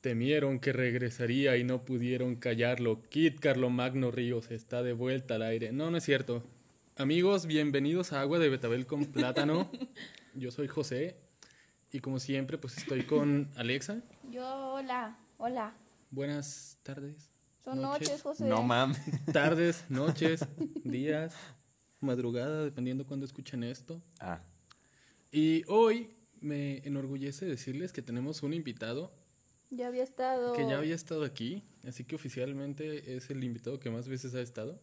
temieron que regresaría y no pudieron callarlo. Kit Carlomagno Ríos está de vuelta al aire. No, no es cierto. Amigos, bienvenidos a Agua de Betabel con Plátano. Yo soy José y como siempre pues estoy con Alexa. Yo, hola, hola. Buenas tardes. Son noches, José. No mames. Tardes, noches, días, madrugada, dependiendo cuando escuchen esto. Ah, Y hoy me enorgullece decirles que tenemos un invitado ya había estado. que ya había estado aquí, así que oficialmente es el invitado que más veces ha estado.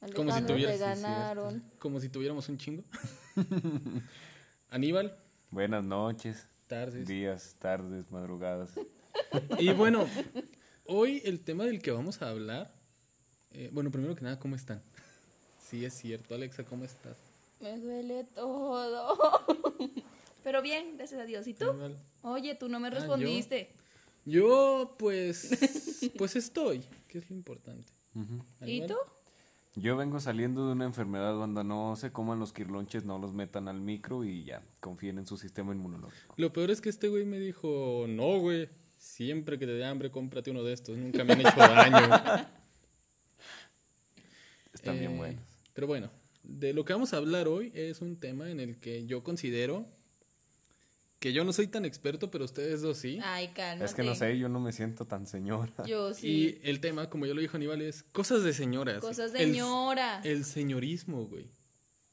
Al como si Tecano le tuvieras- sí, ganaron. Como si tuviéramos un chingo. Aníbal, buenas noches, tardes. días, tardes, madrugadas. Y bueno, hoy el tema del que vamos a hablar. eh, bueno, primero que nada, ¿cómo están? Sí, es cierto, Alexa, ¿cómo estás? Me duele todo. Pero bien, gracias a Dios. ¿Y tú? Aníbal. Oye, tú no me Ah, respondiste. Yo, pues. Pues estoy, que es lo importante. Ujú. ¿Y Aníbal. tú? Yo vengo saliendo de una enfermedad, banda. No se coman los quirlonches, no los metan al micro y ya, confíen en su sistema inmunológico. Lo peor es que este güey me dijo: No, güey, siempre que te dé hambre, cómprate uno de estos, nunca me han hecho daño. Están Eh, bien buenos. Pero bueno, de lo que vamos a hablar hoy es un tema en el que yo considero que yo no soy tan experto, pero ustedes dos sí. Ay, cálmate. Es que no sé, yo no me siento tan señora. Ah, Yo Y sí. el tema, como yo lo dijo Aníbal, es cosas de señoras. Cosas de El- señora. El, señorismo, güey.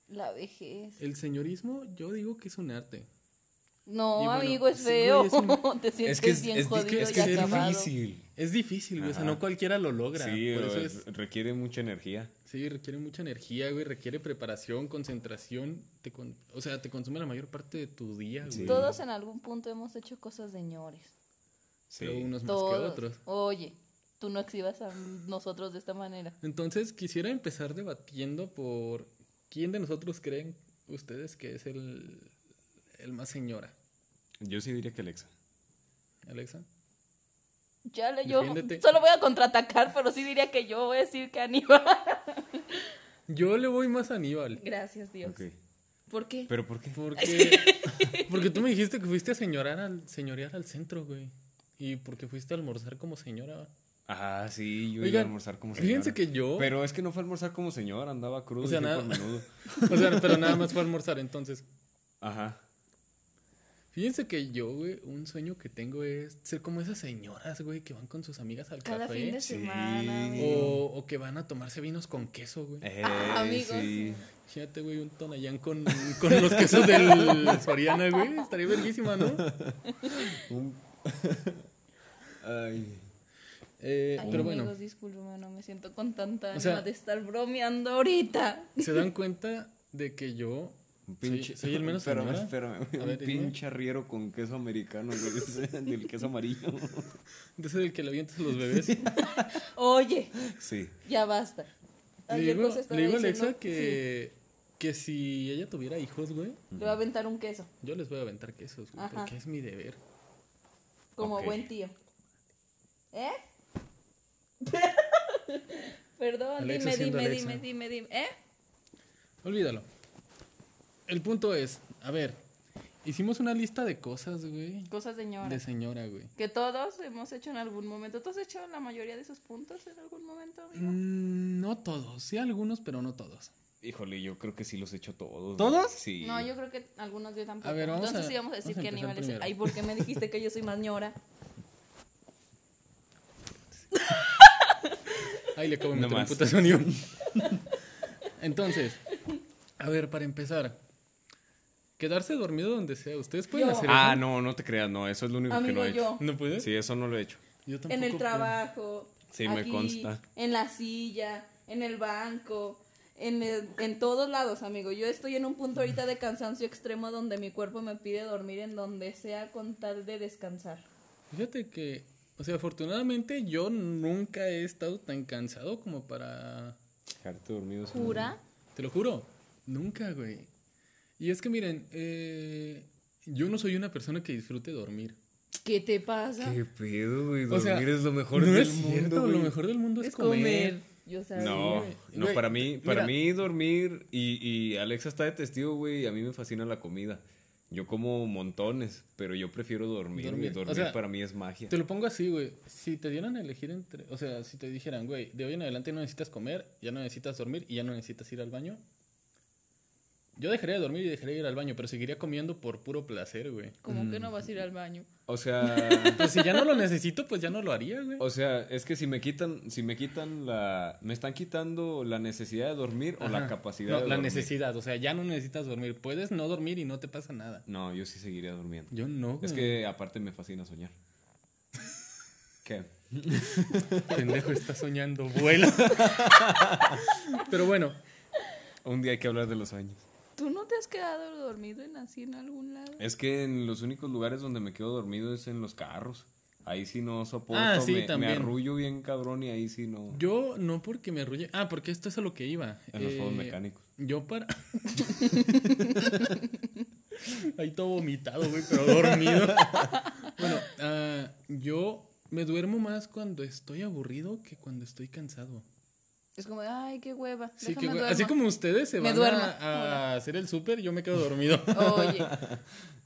La vejez. El señorismo, yo digo que es un arte. No, Y bueno, amigo, es sí, güey, feo. es un- Te sientes bien jodido es y que es acabado. Es difícil, güey. O sea, Ajá. no cualquiera lo logra. Por eso es- requiere mucha energía. Sí, requiere mucha energía, güey. Requiere preparación, concentración. Te con- O sea, te consume la mayor parte de tu día, güey. Sí. Todos en algún punto hemos hecho cosas de ñores. Pero unos Pues más Todos. que otros. Oye, tú no exhibas a nosotros de esta manera. Entonces, quisiera empezar debatiendo por quién de nosotros creen ustedes que es el, el más señora. Yo sí diría que Alexa. Alexa. Chale, yo Defiéndete. solo voy a contraatacar, pero sí diría que yo voy a decir que Aníbal. Yo le voy más a Aníbal. Gracias, Dios. ¿Por qué? ¿Pero por qué? Porque, porque tú me dijiste que fuiste a señorar al, señorear al centro, güey. Y porque fuiste a almorzar como señora. Ah, sí, yo iba a Oigan, almorzar como señora. fíjense que yo- Pero es que no fue a almorzar como señora, andaba crudo O sea, y fui nada- por menudo. O sea, pero nada más fue a almorzar. Entonces, Ajá. fíjense que yo, güey, un sueño que tengo es ser como esas señoras, güey, que van con sus amigas al Cada café. fin de Sí. semana. güey. O, o que van a tomarse vinos con queso, güey. Eh, Ah, amigos. sí. Fíjate, güey, un tonallán con, con los quesos del Soriana, güey. Estaría verguísima, ¿no? Un- Ay. Eh, Ay, pero amigos, bueno. discúlpame, no me siento con tanta O sea- ánima de estar bromeando ahorita. ¿Se dan cuenta de que yo Un soy, soy el menos espérame, señora? espérame, güey, A un ver, dime. pinche arriero con queso americano, güey, ese, del queso amarillo. De ese del que le avientas a los bebés. Oye, Sí. ya basta. Le Ayer digo, José estaba le digo a diciendo- Alexa que, que si ella tuviera hijos, güey, sí, le va a aventar un queso, yo les voy a aventar quesos, güey, Ajá. porque es mi deber. como Ok. buen tío. ¿Eh? Perdón, Alexa dime, siendo dime, Alexa. dime, dime, dime. ¿Eh? Olvídalo. El punto es, a ver, hicimos una lista de cosas, güey, Cosas de ñora. de señora, güey. Que todos hemos hecho en algún momento. ¿Tú has hecho la mayoría de esos puntos en algún momento, amigo? Mm, no todos, sí algunos, pero no todos. Híjole, yo creo que sí los he hecho todos. güey. ¿Todos? Sí. No, yo creo que algunos yo tampoco. A ver, vamos Entonces a- sí vamos a decir vamos a que empezar Aníbal es... primero. Ay, ¿por qué me dijiste que yo soy más ñora? Ay, le acabo de No meter un más. puta sonido. Entonces, a ver, para empezar, quedarse dormido donde sea. ¿Ustedes pueden Yo. hacer eso? Ah, no, no te creas, no, eso es lo único que Amigo, no he hecho. yo. ¿No puede? Sí, eso no lo he hecho. Yo tampoco en el puedo. trabajo, Sí, me consta. en la silla, en el banco, en, el- en todos lados, amigo. Yo estoy en un punto ahorita de cansancio extremo donde mi cuerpo me pide dormir en donde sea con tal de descansar. Fíjate que, o sea, afortunadamente yo nunca he estado tan cansado como para... Dejarte dormido. es una- ¿Jura? Te lo juro, nunca, güey. Y es que miren, eh, yo no soy una persona que disfrute dormir. ¿Qué te pasa? Qué pedo, güey. O Dormir sea, es lo mejor no del es mundo. cierto, güey. lo mejor del mundo es, comer. Yo sabía. No, güey. no, Güey, para mí, mira. para mí dormir y, y Alexa está de testigo, güey, a mí me fascina la comida. Yo como montones, pero yo prefiero dormir. güey. Dormir. Dormir, O sea, para mí es magia. Te lo pongo así, güey. Si te dieran a elegir entre. O sea, si te dijeran, güey, de hoy en adelante no necesitas comer, ya no necesitas dormir y ya no necesitas ir al baño. Yo dejaría de dormir y dejaría de ir al baño, pero seguiría comiendo por puro placer, güey. Como que no vas a ir al baño. O sea, Pues si ya no lo necesito, pues ya no lo haría, güey. o sea, es que si me quitan, si me quitan la, me están quitando la necesidad de dormir o la Ajá. capacidad. No, de la dormir. necesidad, o sea, ya no necesitas dormir. Puedes no dormir y no te pasa nada. No, yo sí seguiría durmiendo. Yo no. Es güey. que aparte me fascina soñar. ¿Qué? Pendejo está soñando, vuelo. Pero bueno, Un día hay que hablar de los sueños. ¿Tú no te has quedado dormido en así en algún lado? Es que en los únicos lugares donde me quedo dormido es en los carros. Ahí sí no soporto, Ah, sí, me, me también. arrullo bien cabrón y ahí sí no. yo no porque me arrulle. Ah, porque esto es a lo que iba. En los juegos Eh, mecánicos. Yo para. Ahí todo vomitado, güey, pero dormido. bueno, ah, yo me duermo más cuando estoy aburrido que cuando estoy cansado. Es como, de, ay, qué hueva. Sí, que, déjame güey, duermo. así como ustedes se Me van duermo. a- a, hacer el súper, yo me quedo dormido. Oye,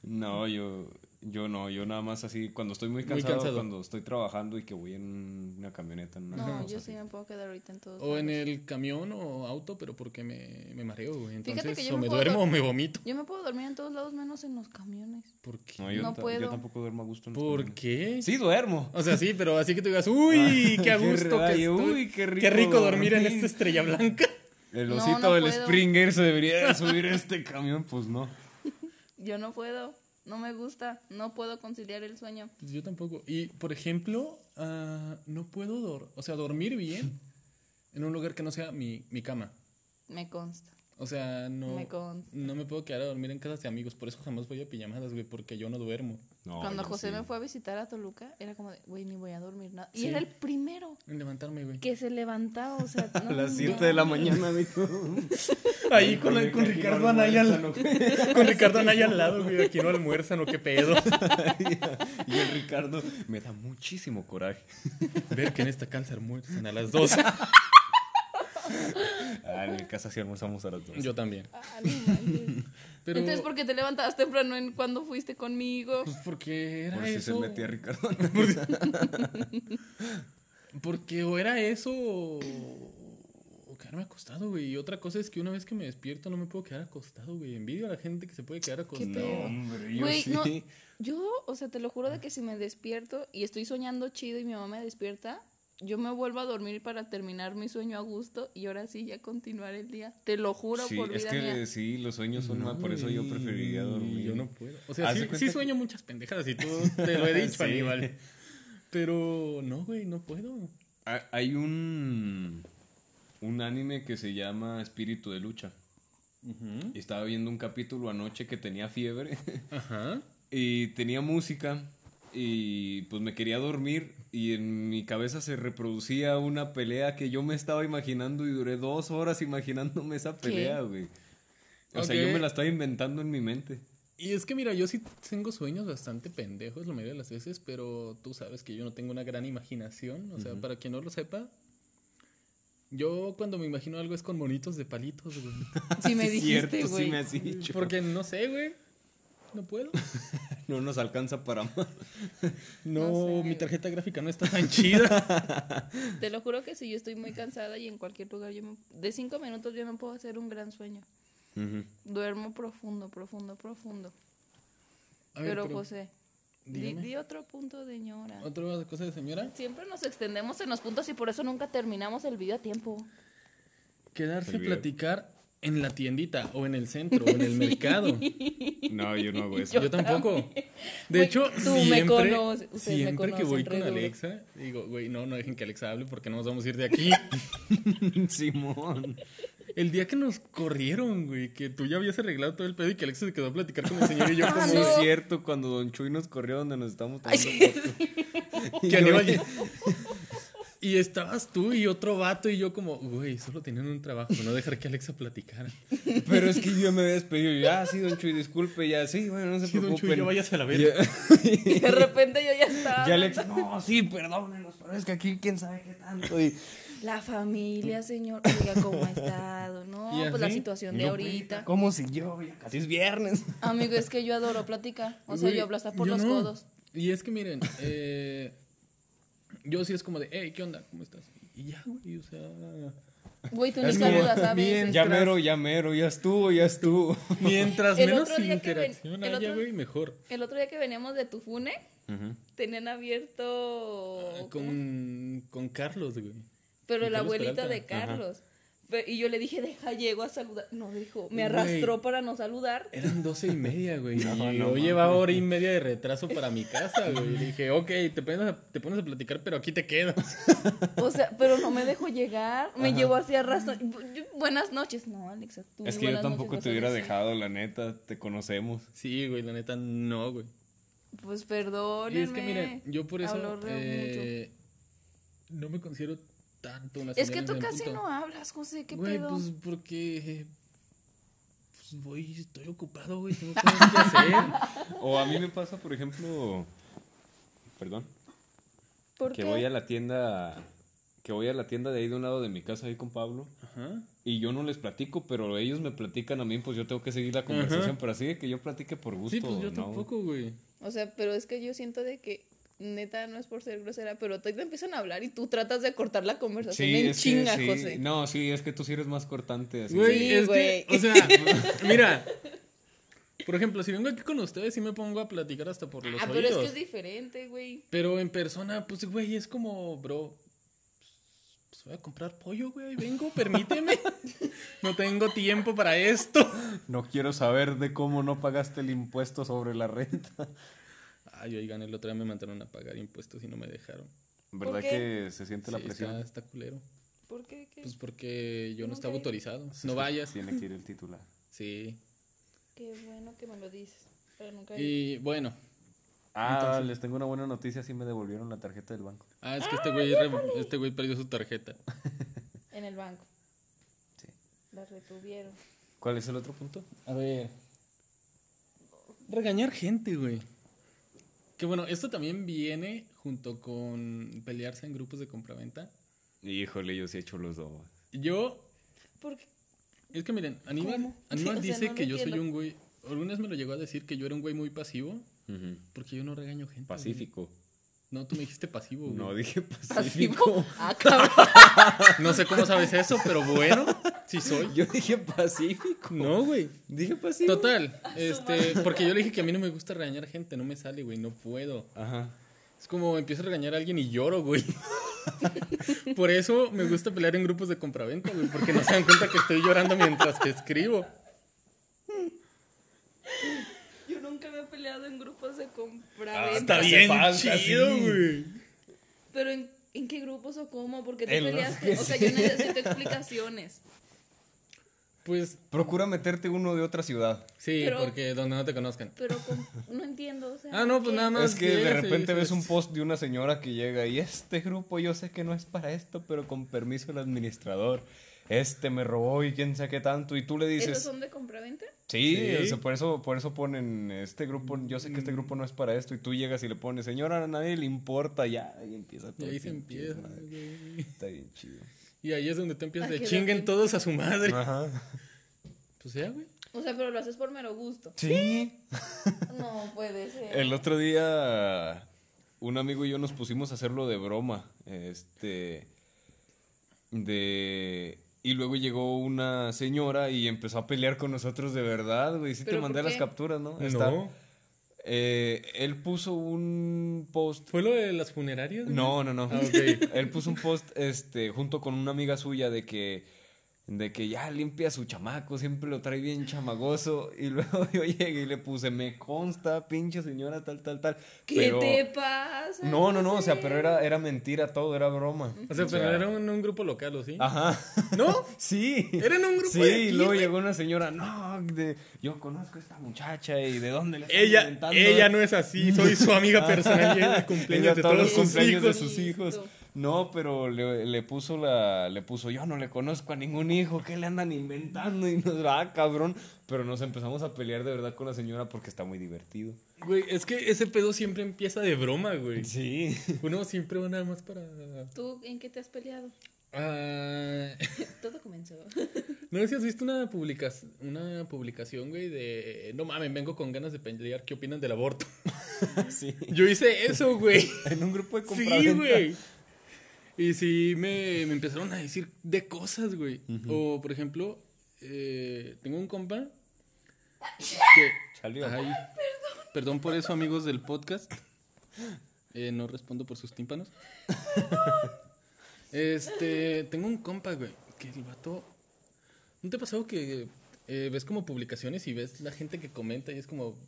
No, yo, yo no, yo nada más así cuando estoy muy Muy cansado, cansado. cuando estoy trabajando y que voy en una camioneta. En una no, cosa yo sí así. me puedo quedar ahorita en todos o en lados. el camión o auto, pero porque me, me mareo, güey. Fíjate Entonces, que yo o me me puedo duermo o dor- me vomito. Yo me puedo dormir en todos lados menos en los camiones. ¿Por qué? No, yo, No ta- yo puedo. tampoco duermo a gusto. en los ¿Por camiones. qué? Sí duermo. O sea, sí, pero así que tú digas, uy, qué a Qué gusto que rayo, estoy. uy, qué rico dormir en dormir. esta estrella blanca. El No, osito no del puedo. Springer se debería de subir a este camión, pues no. Yo no puedo, no me gusta, no puedo conciliar el sueño. Pues yo tampoco. Y, por ejemplo, ah, no puedo dor o sea, dormir bien en un lugar que no sea mi, mi cama. Me consta. O sea, no Me consta. no me puedo quedar a dormir en casas de amigos. Por eso jamás voy a pijamadas, güey, porque yo no duermo. No, Cuando yo José sí. me fue a visitar a Toluca, era como de, güey, ni voy a dormir nada. Y Sí. era el primero En levantarme, güey. que se levantaba, o sea, A no, las no, 7 de la mañana, amigo. Ahí con, con Aquí no Ricardo Anaya al, almuerzan, ¿no? con Ricardo Anaya al lado, güey. Aquí no almuerzan o qué pedo. Y el Ricardo me da muchísimo coraje. Ver que en esta casa almuerzan a las 12. Ah, en mi casa sí almorzamos a las 2. Yo también. ah, no manches. Pero, Entonces, ¿por qué te levantabas temprano en cuando fuiste conmigo? pues porque era Por si se eso. metía Ricardo. Porque o era eso o o quedarme acostado, güey. Y otra cosa es que una vez que me despierto no me puedo quedar acostado, güey. Envidio a la gente que se puede quedar acostado. Hombre, Güey, no, yo, o sea, te lo juro de que si me despierto y estoy soñando chido y mi mamá me despierta, yo me vuelvo a dormir para terminar mi sueño a gusto y ahora sí ya continuar el día. Te lo juro Sí, por vida es que mía. sí, los sueños son mal, por eso yo preferiría dormir. Yo no puedo. O sea, Haz sí, de cuenta sí que- sueño muchas pendejadas y tú te lo he dicho, Sí. Aníbal. Pero no, güey, no puedo. Ha- Ah, Hay un un anime que se llama Espíritu de lucha. Y Estaba viendo un capítulo anoche que tenía fiebre Ajá. y tenía música y pues me quería dormir y en mi cabeza se reproducía una pelea que yo me estaba imaginando y duré dos horas imaginándome esa pelea, güey. O sea, Ok. yo me la estaba inventando en mi mente. Y es que mira, yo sí tengo sueños bastante pendejos la mayoría de las veces, pero tú sabes que yo no tengo una gran imaginación. O sea, para quien no lo sepa, yo cuando me imagino algo es con monitos de palitos, güey. Si me Sí, dijiste, cierto, güey. sí me has Mm, dicho. Porque no sé, güey. No puedo. No nos alcanza para más. No, No sé, mi güey. tarjeta gráfica no está tan chida. Te lo juro que si yo estoy muy cansada y en cualquier lugar, yo me- de cinco minutos yo me puedo hacer un gran sueño. Duermo profundo, profundo, profundo. A ver, pero, pero José, di, dígame. di otro punto de ñora. Otra cosa de señora, Siempre nos extendemos en los puntos y por eso nunca terminamos el video a tiempo. quedarse a El video. platicar en la tiendita o en el centro o en el mercado. No, yo no hago eso. Pues, Yo, tampoco. De pues, Güey, hecho, tú me siempre, conoces, ustedes me siempre que conocen voy re con duro. Alexa, digo, güey, no, no dejen que Alexa hable porque no nos vamos a ir de aquí. Simón. el día que nos corrieron, güey, que tú ya habías arreglado todo el pedo y que Alexa se quedó a platicar con el señor y yo como... Ah, Sí, no. es cierto, cuando Don Chuy nos corrió donde nos estábamos Ay, tomando que sí. Yo- Aníbal ya- Y estabas tú y otro vato y yo como, güey, solo tienen un trabajo, no dejar que Alexa platicara. Pero es que yo me había despedido. y yo, ah, sí, Don Chuy, disculpe, ya, sí, bueno, no se Sí, don preocupen. Chuy, ya váyase a la verga. Ya, Y de repente yo ya estaba. ya Alexa, no, sí, perdónenos, pero es que aquí quién sabe qué tanto. Y, La familia, señor. Oiga, ¿cómo ha estado? No, Mm. ¿Y pues la así? situación de ahorita. ¿Cómo si yo? Ya Casi es viernes. Amigo, es que yo adoro platicar. O sea, Güey, yo hablo hasta por yo los no. codos. Y es que miren, eh, yo sí es como de, hey, ¿qué onda? ¿Cómo estás? Y ya, güey, o sea. Güey, tú ni Es como, saludas, ¿sabes? Este, bien, Ya mero, ya mero, ya estuvo, ya estuvo. Mientras El menos otro día que ven- interacción el haya, otro- güey, mejor. El otro día que veníamos de Tufune, tenían abierto. Ah, Con, con Carlos, güey. Pero la Carlos abuelita Peralta. de Carlos. Pe- Y yo le dije, deja, llego a saludar. No, dijo, me Güey. arrastró para no saludar. Eran doce y media, güey. No, y no yo mames. llevaba hora y media de retraso para mi casa, güey. Y dije, ok, te pones, a, te pones a platicar, pero aquí te quedas. O sea, pero no me dejó llegar. Me llevó así arrastrando. Buenas noches. No, Alexa, tú. Es ni que yo buenas tampoco noches te vas a hubiera decir. dejado, la neta. Te conocemos. Sí, güey, la neta, no, güey. Pues perdónenme. Y es que miren, yo por Hablo eso re eh, no me considero tanto una mucho. Es que señora tú en ese casi punto. no hablas, José. ¿Qué Güey, pedo? pues porque pues voy, estoy ocupado, güey, tengo cosas que hacer. O a mí me pasa, por ejemplo. Perdón. ¿Por que qué? voy a la tienda que voy a la tienda de ahí de un lado de mi casa ahí con Pablo Ajá. y yo no les platico pero ellos me platican a mí pues yo tengo que seguir la conversación pero así de que yo platique por gusto Sí, pues yo ¿no? tampoco, güey. O sea, pero es que yo siento de que. Neta, no es por ser grosera, pero te te empiezan a hablar y tú tratas de cortar la conversación sí en es chinga, que sí. José. no sí es que tú sí eres más cortante así Güey, Sí, es que, güey. o sea, mira, por ejemplo, si vengo aquí con ustedes sí me pongo a platicar hasta por los ah, pero oídos. es Pero, que es diferente, güey. en persona, pues güey, es como, bro, pues voy a comprar pollo, güey, vengo, permíteme. no tengo tiempo para esto. No quiero saber de cómo no pagaste el impuesto sobre la renta. Ay, oigan, el otro día me mandaron a pagar impuestos y no me dejaron. ¿Verdad qué? que se siente la Sí, presión? está- está culero. ¿Por qué? ¿Qué? Pues porque yo no Nunca estaba he ido. autorizado. Sí, No sí, vayas. Tiene que ir el titular. Sí. Qué bueno que me lo dices. Pero nunca. Y bueno, Ah, Entonces- les tengo una buena noticia, sí me devolvieron la tarjeta del banco. ah, es que este güey re- este güey perdió su tarjeta. En el banco. Sí. La retuvieron. cuál es el otro punto A ver. Regañar gente, güey. Que bueno, esto también viene junto con pelearse en grupos de compraventa. híjole yo sí he hecho los dos Yo ¿Por qué? Es que miren, Aníbal, Aníbal O sea, dice no lo que yo soy entiendo. un güey. Alguna vez me lo llegó a decir que yo era un güey muy pasivo porque yo no regaño gente. güey. pacífico No, tú me dijiste pasivo, güey. no dije pacífico ¿Pasivo? Ah, cabrón. No sé cómo sabes eso, pero bueno, sí soy. yo dije pacífico No, güey. dije pacífico Total, este, porque yo le dije que a mí no me gusta regañar gente, no me sale, güey, no puedo. ajá Es como empiezo a regañar a alguien y lloro, güey. Por eso me gusta pelear en grupos de compraventa, güey, porque no se dan cuenta que estoy llorando mientras que escribo. Yo nunca me he peleado en grupos de Ah, compraventa. está bien chido, güey. Pero en, ¿en qué grupos o cómo? Porque tú Él no peleaste. O sea, yo necesito explicaciones. Pues procura meterte uno de otra ciudad sí, Pero- porque donde no te conozcan. Pero con- no entiendo. O sea, Ah, no, ¿por pues qué? nada más. es que de llegas y repente dices, ves un post de una señora que llega y este grupo yo sé que no es para esto, pero con permiso del administrador, este me robó y quién sabe qué tanto y tú le ¿Esos dices, son de compraventa? sí, Sí. o sea, por eso por eso ponen este grupo, yo sé que Mm. este grupo no es para esto y tú llegas y le pones, "Señora, a nadie le importa ya" y empieza Y todo. ahí se el pinche empieza, desmadre. güey. Está bien chido. Y ahí es donde te empiezas Ah, de qué chinguen bien. todos a su madre. Ajá. Pues ya, güey. O sea, pero lo haces por mero gusto. Sí. No puede ser. El otro día un amigo y yo nos pusimos a hacerlo de broma. Este de y luego llegó una señora y empezó a pelear con nosotros de verdad, güey. Sí te ¿Pero por mandé las qué? capturas, ¿no? No. Eh, él puso un post. ¿Fue lo de las funerarias? güey? No, no, no. Ah, ok. Él puso un post este junto con una amiga suya de que de que ya limpia a su chamaco, siempre lo trae bien chamagoso y luego yo llegué y le puse, "Me consta, pinche señora tal tal tal." ¿Qué Pero- te pasa? no, no, no, o sea, José? pero era, era mentira todo, era broma. O sea, pero era un, un grupo local, ¿o sí? Ajá. ¿No? Sí. Eran un grupo Sí, de aquí, y luego güey. llegó una señora, no, de- yo conozco a esta muchacha y de dónde la están Ella, inventando". Ah. ella no es así, soy su amiga personal y es el Ella cumpleaños de todos todos los sus cumpleaños hijos. de sus hijos. Listo. No, pero le, le puso la, le puso, yo no le conozco a ningún hijo, ¿qué le andan inventando? Y nos, ah, cabrón. Pero nos empezamos a pelear de verdad con la señora porque está muy divertido. Güey, es que ese pedo siempre empieza de broma, güey. Sí. Uno siempre va nada más para... ¿Tú en qué te has peleado? Ah, Todo comenzó. no sé si has visto una, publica- una publicación, güey, de... No mames, vengo con ganas de pelear. ¿Qué opinan del aborto? Sí. Yo hice eso, güey. En un grupo de Sí, compraventa. güey. Y sí, me, me empezaron a decir de cosas, güey. O, por ejemplo, eh, tengo un compa que... Salió. Ay, perdón. por eso, amigos del podcast. Eh, no respondo por sus tímpanos. Este, tengo un compa, güey, que el vato... ¿No te ha pasado que eh, ves como publicaciones y ves la gente que comenta y es como... "Pues,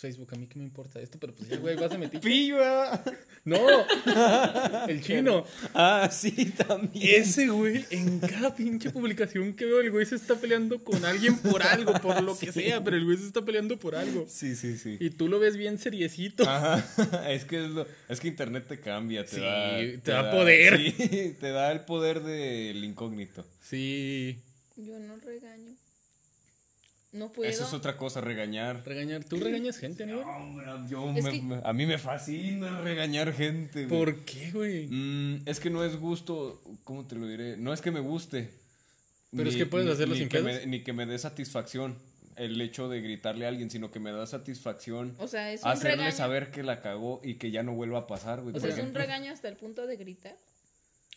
Facebook, a mí qué me importa esto, pero pues ya, güey, vas a meter. ¿eh? ¡Piba! No, el chino. Ah, sí, también. Ese güey, en cada pinche publicación que veo, el güey se está peleando con alguien por algo, por lo que sea, pero el güey se está peleando por algo. Sí, sí, sí. Y tú lo ves bien seriecito. Ah, Ajá, es que, es, lo- es que internet te cambia, te Sí, da... te da poder. sí, te da el poder del incógnito. Sí, Yo no regaño. No puedo. Eso es otra cosa, regañar. regañar. ¿Tú regañas gente, Aníbal? Hombre, yo Es me- que- me- a mí me fascina regañar gente. güey. ¿Por qué, güey? Mm, es que no es gusto, ¿cómo te lo diré? No es que me guste. Pero es que puedes hacerlo sin que pedos. me- Ni que me dé satisfacción el hecho de gritarle a alguien, sino que me da satisfacción O sea, es un hacerle regaño. saber que la cagó y que ya no vuelva a pasar, güey. O por sea, es un ejemplo. regaño hasta el punto de gritar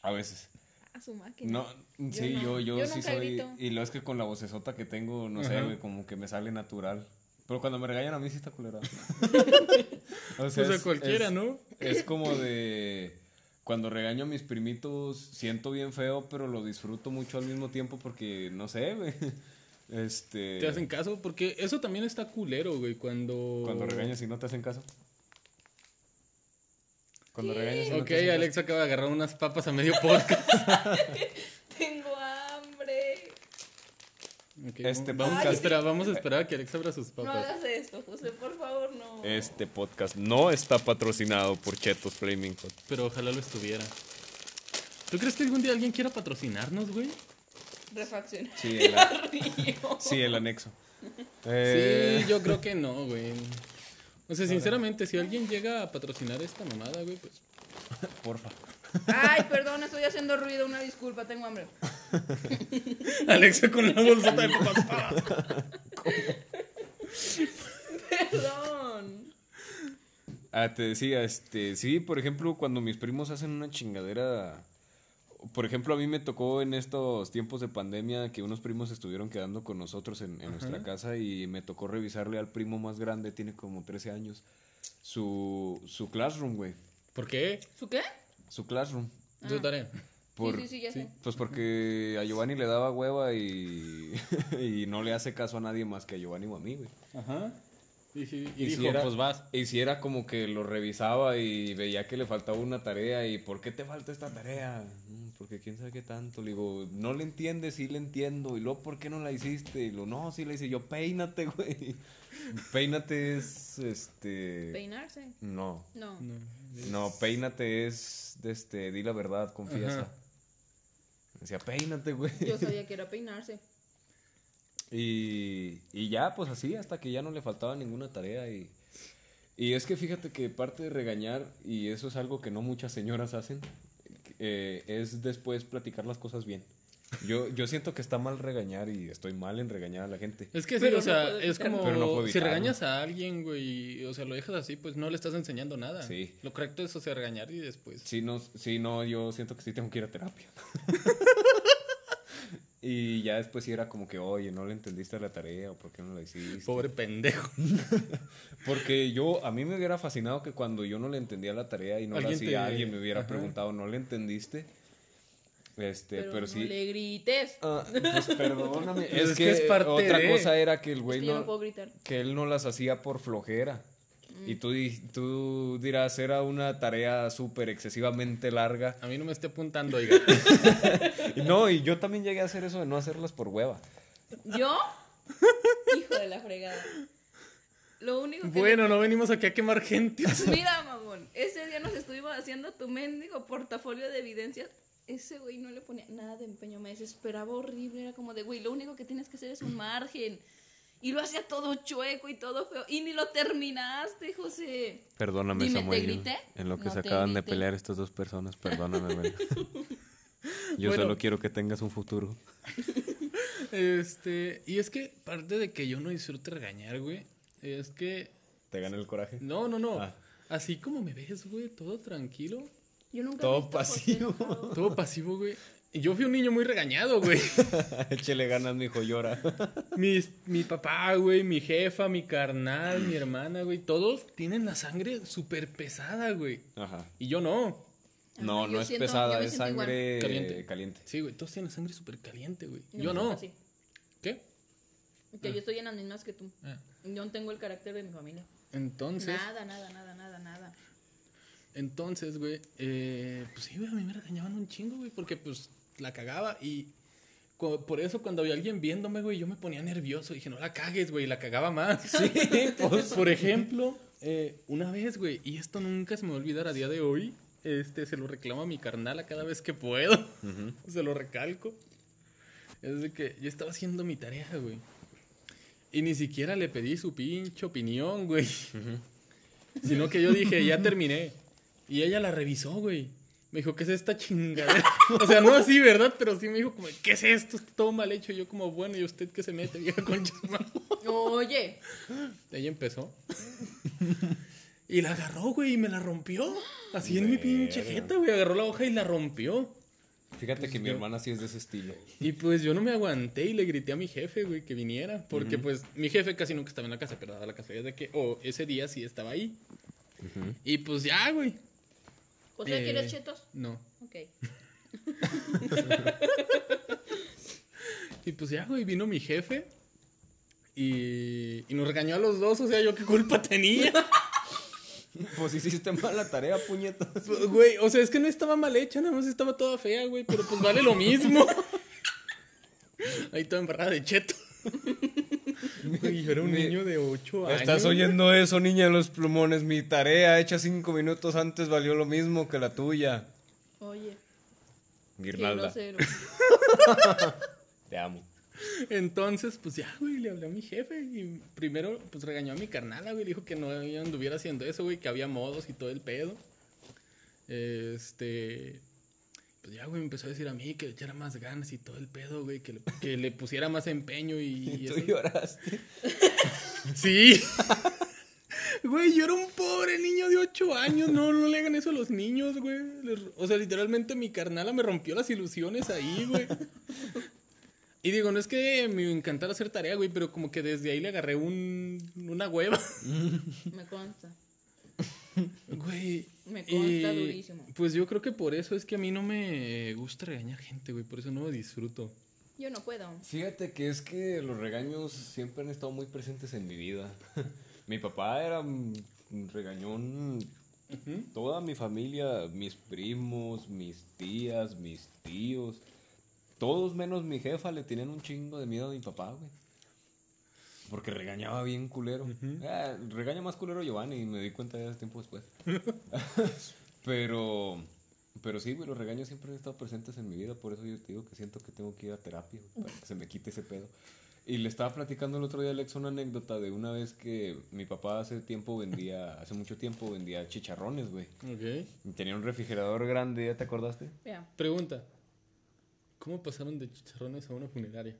A veces. a su máquina. No, sí, no. yo, yo, Yo sí nunca soy. grito. Y lo es que con la vocesota que tengo, no sé, Ajá. güey, como que me sale natural. Pero cuando me regañan a mí sí está culera. o O sea, es- Pues cualquiera, es- ¿no? Es como de. Cuando regaño a mis primitos, siento bien feo, pero lo disfruto mucho al mismo tiempo porque, no sé, güey. Este. ¿Te hacen caso? Porque eso también está culero, güey, cuando... Cuando regañas y no te hacen caso. Cuando regañas y no Ok, te hacen Alex acaba de agarrar unas papas a medio podcast. Tengo hambre. Ok, Este vamos, a podcast- esperar, vamos a esperar a que Alex abra sus No papas. hagas esto, José, por favor, no. caso. Este podcast no está patrocinado por Chetos Flaming Hot. Pero ojalá lo estuviera. ¿Tú crees que algún día alguien quiera patrocinarnos, güey? Refaccionar. Sí, el, a- sí, el anexo. Eh, Sí, yo creo que no, güey. O sea, sinceramente, si alguien llega a patrocinar esta mamada, güey, pues... Porfa. Ay, perdón, estoy haciendo ruido, una disculpa, tengo hambre. Alexa con la bolsota de papas. Perdón. Ah, te decía, este, sí, por ejemplo, cuando mis primos hacen una chingadera. Por ejemplo, a mí me tocó en estos tiempos de pandemia que unos primos estuvieron quedando con nosotros en, en nuestra casa y me tocó revisarle al primo más grande, tiene como 13 años, su, su classroom, güey. ¿Por qué? ¿Su qué? Su classroom. Ah. Su tarea. Por- sí, sí, ya sé. Pues porque a Giovanni le daba hueva y, y no le hace caso a nadie más que a Giovanni o a mí, güey. Ajá. Y, sí- y Y dijo, si era- pues vas. Y si era como que lo revisaba y veía que le faltaba una tarea y ¿por qué te falta esta tarea? "Mm, Porque quién sabe qué tanto. Le digo, no le entiendes, sí le entiendo. Y luego, ¿por qué no la hiciste? Y lo, no, sí la hice. Yo, peínate, güey. Peínate es, este... Peinarse. no, No. No. no, peínate es, este, di la verdad, confiesa. Ajá. Decía, peínate, güey. Yo sabía que era peinarse. Y, y ya, pues así, hasta que ya no le faltaba ninguna tarea. Y, y es que fíjate que parte de regañar, y eso es algo que no muchas señoras hacen, eh, es después platicar las cosas bien. Yo, yo siento que está mal regañar y estoy mal en regañar a la gente. Es que, sí, Pero o no sea, puedo es como... Pero no puedo si evitarlo. regañas a alguien, güey, y, o sea, lo dejas así, pues no le estás enseñando nada. Sí. Lo correcto es, o sea, regañar y después... Sí, no, sí, no, yo siento que sí tengo que ir a terapia. y ya después sí era como que, oye, no le entendiste la tarea o por qué no la hiciste. Pobre pendejo. Porque yo, a mí me hubiera fascinado que cuando yo no le entendía la tarea y no la Alguien hacía, te- alguien me hubiera Ajá. preguntado, ¿no le entendiste? Este, pero, Pero, no sí. le grites. Ah, pues perdóname. Pues es, es que que, es parte otra de- cosa era que el Es güey que yo no puedo Mm. no, gritar. que él no las hacía por flojera. Y tú, di- tú dirás, era una tarea súper excesivamente larga. A mí no me esté apuntando, oiga. Y no, y yo también llegué a hacer eso de no hacerlas por hueva. ¿Yo? Hijo de la fregada. Lo único que. bueno, no venimos aquí a quemar gente. Mira, mamón. Ese día nos estuvimos haciendo tu mendigo portafolio de evidencias. Ese güey no le ponía nada de empeño. Me desesperaba horrible. Era como de, güey, lo único que tienes que hacer es un margen. Y lo hacía todo chueco y todo feo. Y ni lo terminaste, José. Perdóname, Dime, ¿te Samuel. yo- grité? En lo que No se te acaban de grité. pelear estas dos personas, perdóname, güey. Yo Bueno. solo quiero que tengas un futuro. Este, y es que parte de que yo no disfrute regañar, güey, es que Te gana el coraje. no, no, no. Ah. Así como me ves, güey, todo tranquilo, Yo nunca Todo he visto a José pasivo. enojado. todo pasivo, güey. Y Yo fui un niño muy regañado, güey. Échele ganas, mijo, llora. Mis- mi papá, güey, mi jefa, mi carnal, mi hermana, güey, todos tienen la sangre súper pesada, güey. Ajá. Y yo no. No, Ajá, no Ah, yo es siento- yo pesada, me es siento igual. sangre eh, Caliente. caliente. Sí, güey, todos tienen sangre súper caliente, güey. me Yo no. siento así. ¿Qué? Que yo estoy en las mismas que tú. Ah. Yo no tengo el carácter de mi familia. Entonces, Nada, nada, nada, nada, nada. entonces, güey, eh, pues sí, güey, a mí me regañaban un chingo, güey, porque pues la cagaba y cu- por eso cuando había alguien viéndome, güey, yo me ponía nervioso. Dije, no la cagues, güey, la cagaba más. Sí, por ejemplo, eh, una vez, güey, y esto nunca se me va a olvidar a día de hoy, este, se lo reclamo a mi carnal a cada vez que puedo. Se lo recalco. Es de que yo estaba haciendo mi tarea, güey. Y ni siquiera le pedí su pinche opinión, güey. Sino que yo dije, ya terminé. Y ella la revisó, güey. Me dijo, ¿qué es esta chingadera? O sea, no así, ¿verdad? Pero sí me dijo, como, ¿qué es esto? Está todo mal hecho. Y yo, como, bueno, ¿y usted qué se mete, vieja concha? de su madre?" Oye, Ella empezó. Y la agarró, güey, y me la rompió. Así en mi pinche Verga. jeta, güey. Agarró la hoja y la rompió. Fíjate que mi Pues yo- hermana sí es de ese estilo. Y pues yo no me aguanté y le grité a mi jefe, güey, que viniera. Porque pues mi jefe casi nunca estaba en la casa, pero daba la casualidad de que, o ese día sí estaba ahí. Y pues ya, güey. José, Eh, ¿quieres chetos? No. Ok. Y pues ya, güey, vino mi jefe y, y nos regañó a los dos, o sea, yo qué culpa tenía. Pues hiciste mala tarea, puñetas. Pues, Güey, o sea, es que no estaba mal hecha, nada más estaba toda fea, güey, pero pues vale lo mismo. Ahí toda embarrada de cheto. Güey, yo era un Mi- niño de 8 años. Estás oyendo eso, niña de los plumones. Mi tarea hecha cinco minutos antes valió lo mismo que la tuya. Oye, qué Guirnalda, grosero. te amo. Entonces, pues ya, güey, le hablé a mi jefe y primero, pues regañó a mi carnala, güey, dijo que no anduviera haciendo eso, güey, que había modos y todo el pedo. Este, pues ya, güey, me empezó a decir a mí que le echara más ganas y todo el pedo, güey, que le, que le pusiera más empeño y... y Tú eso. lloraste. Sí. Güey, yo era un pobre niño de 8 años, no, no le hagan eso a los niños, güey. Les- O sea, literalmente mi carnala me rompió las ilusiones ahí, güey. Y digo, no es que me encantara hacer tarea, güey, pero como que desde ahí le agarré un, una hueva. Me consta. Güey. Me consta y, durísimo. Pues yo creo que por eso es que a mí no me gusta regañar gente, güey, por eso no lo disfruto. Yo no puedo. Fíjate que es que los regaños siempre han estado muy presentes en mi vida. Mi papá era un un regañón. Toda mi familia, mis primos, mis tías, mis tíos, todos menos mi jefa le tenían un chingo de miedo a mi papá, güey. Porque regañaba bien culero. Ah, regaña más culero Giovanni, me di cuenta de tiempo después. pero, pero sí, güey, los regaños siempre han estado presentes en mi vida, por eso yo te digo que siento que tengo que ir a terapia güey, para que se me quite ese pedo. Y le estaba platicando el otro día a Alex una anécdota de una vez que mi papá hace tiempo vendía, hace mucho tiempo vendía chicharrones, güey. Ok. Y Tenía un refrigerador grande, ¿ya te acordaste? Vea. Pregunta. ¿Cómo pasaron de chicharrones a una funeraria?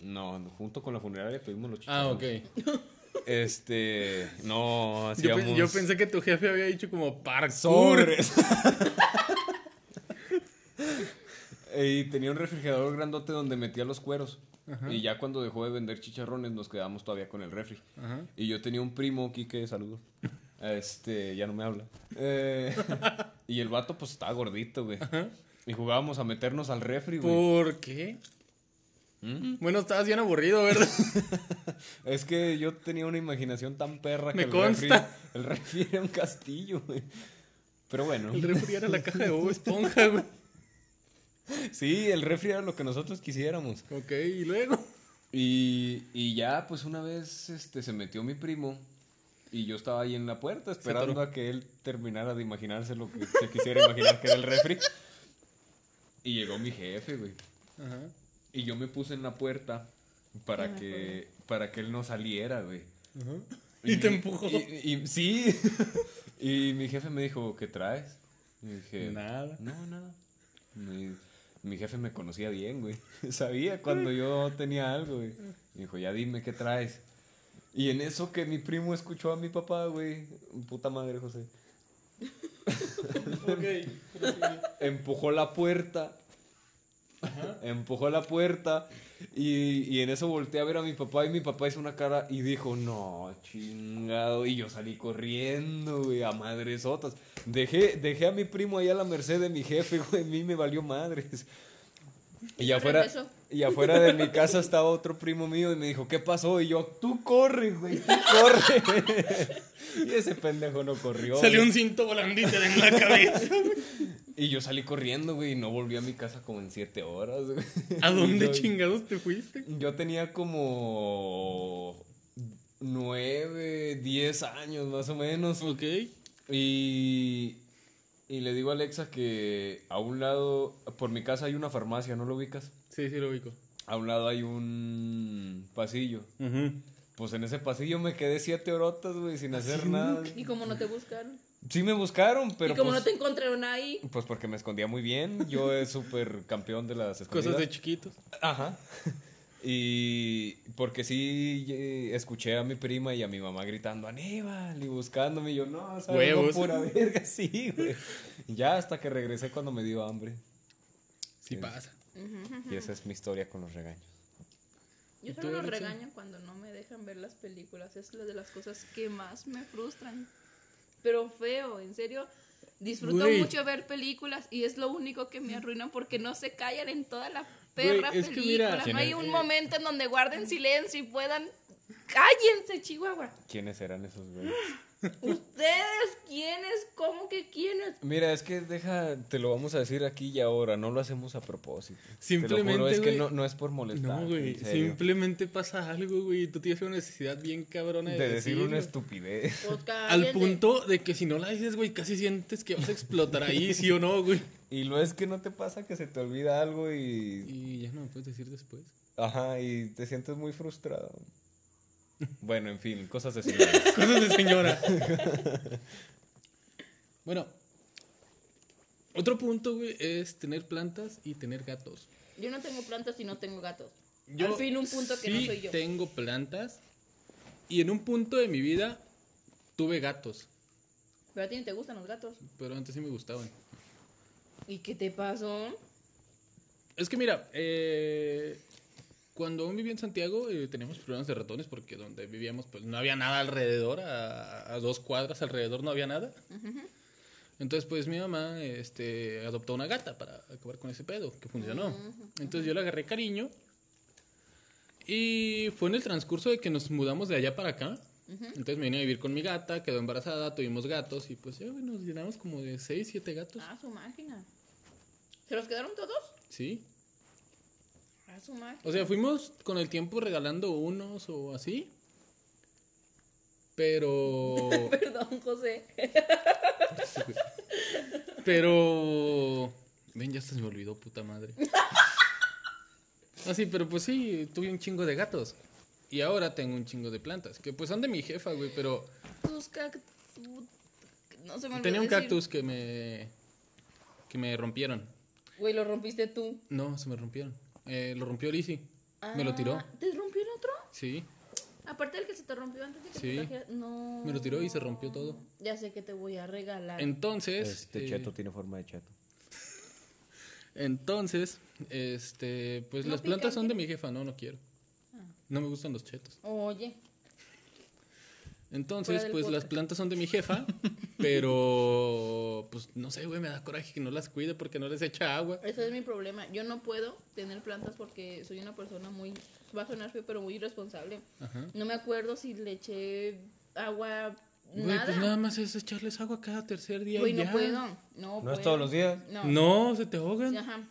No, junto con la funeraria pedimos los Ah, chicharrones. ok. Este, no, Yo, hacíamos pe- yo pensé que tu jefe había dicho como parkour. sobres. y tenía un refrigerador grandote donde metía los cueros. Y ya cuando dejó de vender chicharrones nos quedamos todavía con el refri. Ajá. Y yo tenía un primo, Quique, saludos. Este, ya no me habla. Eh, y el vato pues estaba gordito, güey. Y jugábamos a meternos al refri, güey. ¿Por qué? ¿Mm? Bueno, estabas bien aburrido, ¿verdad? Es que yo tenía una imaginación tan perra que Me el consta. refri, el refri era un castillo, güey. Pero bueno. El refri era la caja de Bob Esponja, güey. Sí, el refri era lo que nosotros quisiéramos. Ok, y luego. Y, y ya, pues una vez este, se metió mi primo y yo estaba ahí en la puerta esperando atoró. a que él terminara de imaginarse lo que se quisiera imaginar que era el refri. Y llegó mi jefe, güey. Ajá. Y yo me puse en la puerta para, que, para que él no saliera, güey. Y te empujó. y- y- sí. y mi jefe me dijo, ¿qué traes? Y dije, Nada. No, nada. Me- Mi jefe me conocía bien, güey. Sabía cuando yo tenía algo, güey. Me dijo, ya dime qué traes. Y en eso que mi primo escuchó a mi papá, güey. Puta madre, José. Empujó la puerta. Empujó la puerta. Y, y en eso volteé a ver a mi papá. Y mi papá hizo una cara y dijo, no, chingado. Y yo salí corriendo, güey, a madresotas. Dejé, dejé a mi primo ahí a la merced de mi jefe, güey. A mí me valió madres. Y Yo afuera, regreso. y afuera de mi casa estaba otro primo mío y me dijo, ¿qué pasó? Y yo, tú corre, güey, tú corre. y ese pendejo no corrió. Salió güey. un cinto volandito en la cabeza. Y yo salí corriendo, güey, y no volví a mi casa como en siete horas, güey. ¿A dónde Yo- chingados te fuiste? Yo tenía como nueve, diez años más o menos. Ok. Y, y le digo a Alexa que a un lado, por mi casa hay una farmacia, ¿no lo ubicas? Sí, sí, lo ubico. A un lado hay un pasillo. Pues en ese pasillo me quedé siete horotas, güey, ¿Ah, sin hacer nada. Y como no te buscaron. Sí me buscaron, pero y como pues, no te encontraron ahí. pues porque me escondía muy bien. Yo es súper campeón de las escondidas. Cosas de chiquitos. Ajá. Y porque sí eh, escuché a mi prima y a mi mamá gritando Aníbal y buscándome. Y yo, no, ¿sabes? Huevos. pura verga, sí, güey. Ya hasta que regresé cuando me dio hambre. Sí Sí. pasa. Y esa es mi historia con los regaños. Yo tú, solo los Alexa? regaño cuando no me dejan ver las películas. Es la de las cosas que más me frustran. Pero feo, en serio. Disfruto Güey. mucho ver películas y es lo único que me arruinan porque no se callan en toda la Güey, perra es que mira, película. no hay tienen- un momento en donde guarden silencio y puedan. ¡Cállense, Chihuahua! ¿Quiénes eran esos güeyes? ¿Ustedes quiénes? ¿Cómo que quiénes? Mira, es que deja, te lo vamos a decir aquí y ahora, no lo hacemos a propósito. Te lo juro, Simplemente, es que güey. no, no es por molestar. No, güey. en serio. Simplemente pasa algo, güey. y Tú tienes una necesidad bien cabrona de, De decir una decirlo. estupidez. Pues Al cállense. punto de que si no la dices, güey, casi sientes que vas a explotar ahí, sí o no, güey. Y lo es que no te pasa que se te olvida algo y. Y ya no me puedes decir después. Ajá, y te sientes muy frustrado. Bueno, en fin, cosas de señores. Cosas de señora. bueno. Otro punto, güey, es tener plantas y tener gatos. Yo no tengo plantas y no tengo gatos. Al fin un punto que no sí soy yo. tengo plantas. Y en un punto de mi vida tuve gatos. Pero a ti no te gustan los gatos. Pero antes sí me gustaban. ¿Y qué te pasó? Es que mira, eh, cuando aún vivía en Santiago eh, teníamos problemas de ratones porque donde vivíamos pues no había nada alrededor, a, a dos cuadras alrededor no había nada. Entonces pues mi mamá este, adoptó una gata para acabar con ese pedo, que funcionó. Entonces yo le agarré cariño y fue en el transcurso de que nos mudamos de allá para acá. Entonces me vine a vivir con mi gata, quedó embarazada, tuvimos gatos y pues ya güey, nos llenamos como de 6, 7 gatos. A Ah, su máquina. ¿Se los quedaron todos? Sí, A Ah, su máquina. O sea, fuimos con el tiempo regalando unos o así. Pero. Perdón, José. Pero. Ven, ya se me olvidó, puta madre. Ah, sí, pero pues sí, tuve un chingo de gatos. Y ahora tengo un chingo de plantas. Que pues son de mi jefa, güey, pero. Tus cactus. No se me olvidó Tenía un decir. cactus que me. que me rompieron. Güey, lo rompiste tú. No, se me rompieron. Eh, lo rompió Lizzy. Me lo tiró. Ah, ¿Te rompió el otro? Sí. Aparte del que se te rompió antes de que Sí. te trajeras. No. Me lo tiró y se rompió todo. Ya sé que te voy a regalar. Entonces. Este eh, cheto tiene forma de cheto. Entonces, este, pues ¿No las pican Ah. plantas son de mi jefa, no, no quiero. No me gustan los chetos. Oye. Entonces, del pues las podcast. plantas son de mi jefa, pero pues no sé, güey, me da coraje que no las cuide porque no les echa agua. Ese es mi problema. Yo no puedo tener plantas porque soy una persona muy, va a sonar feo, pero muy irresponsable. Ajá. No me acuerdo si le eché agua, Güey, nada. pues nada más es echarles agua cada tercer día Güey, y no ya. puedo. No, No es puedo. todos los días. No. No, se te Sí, ahogan. ajá.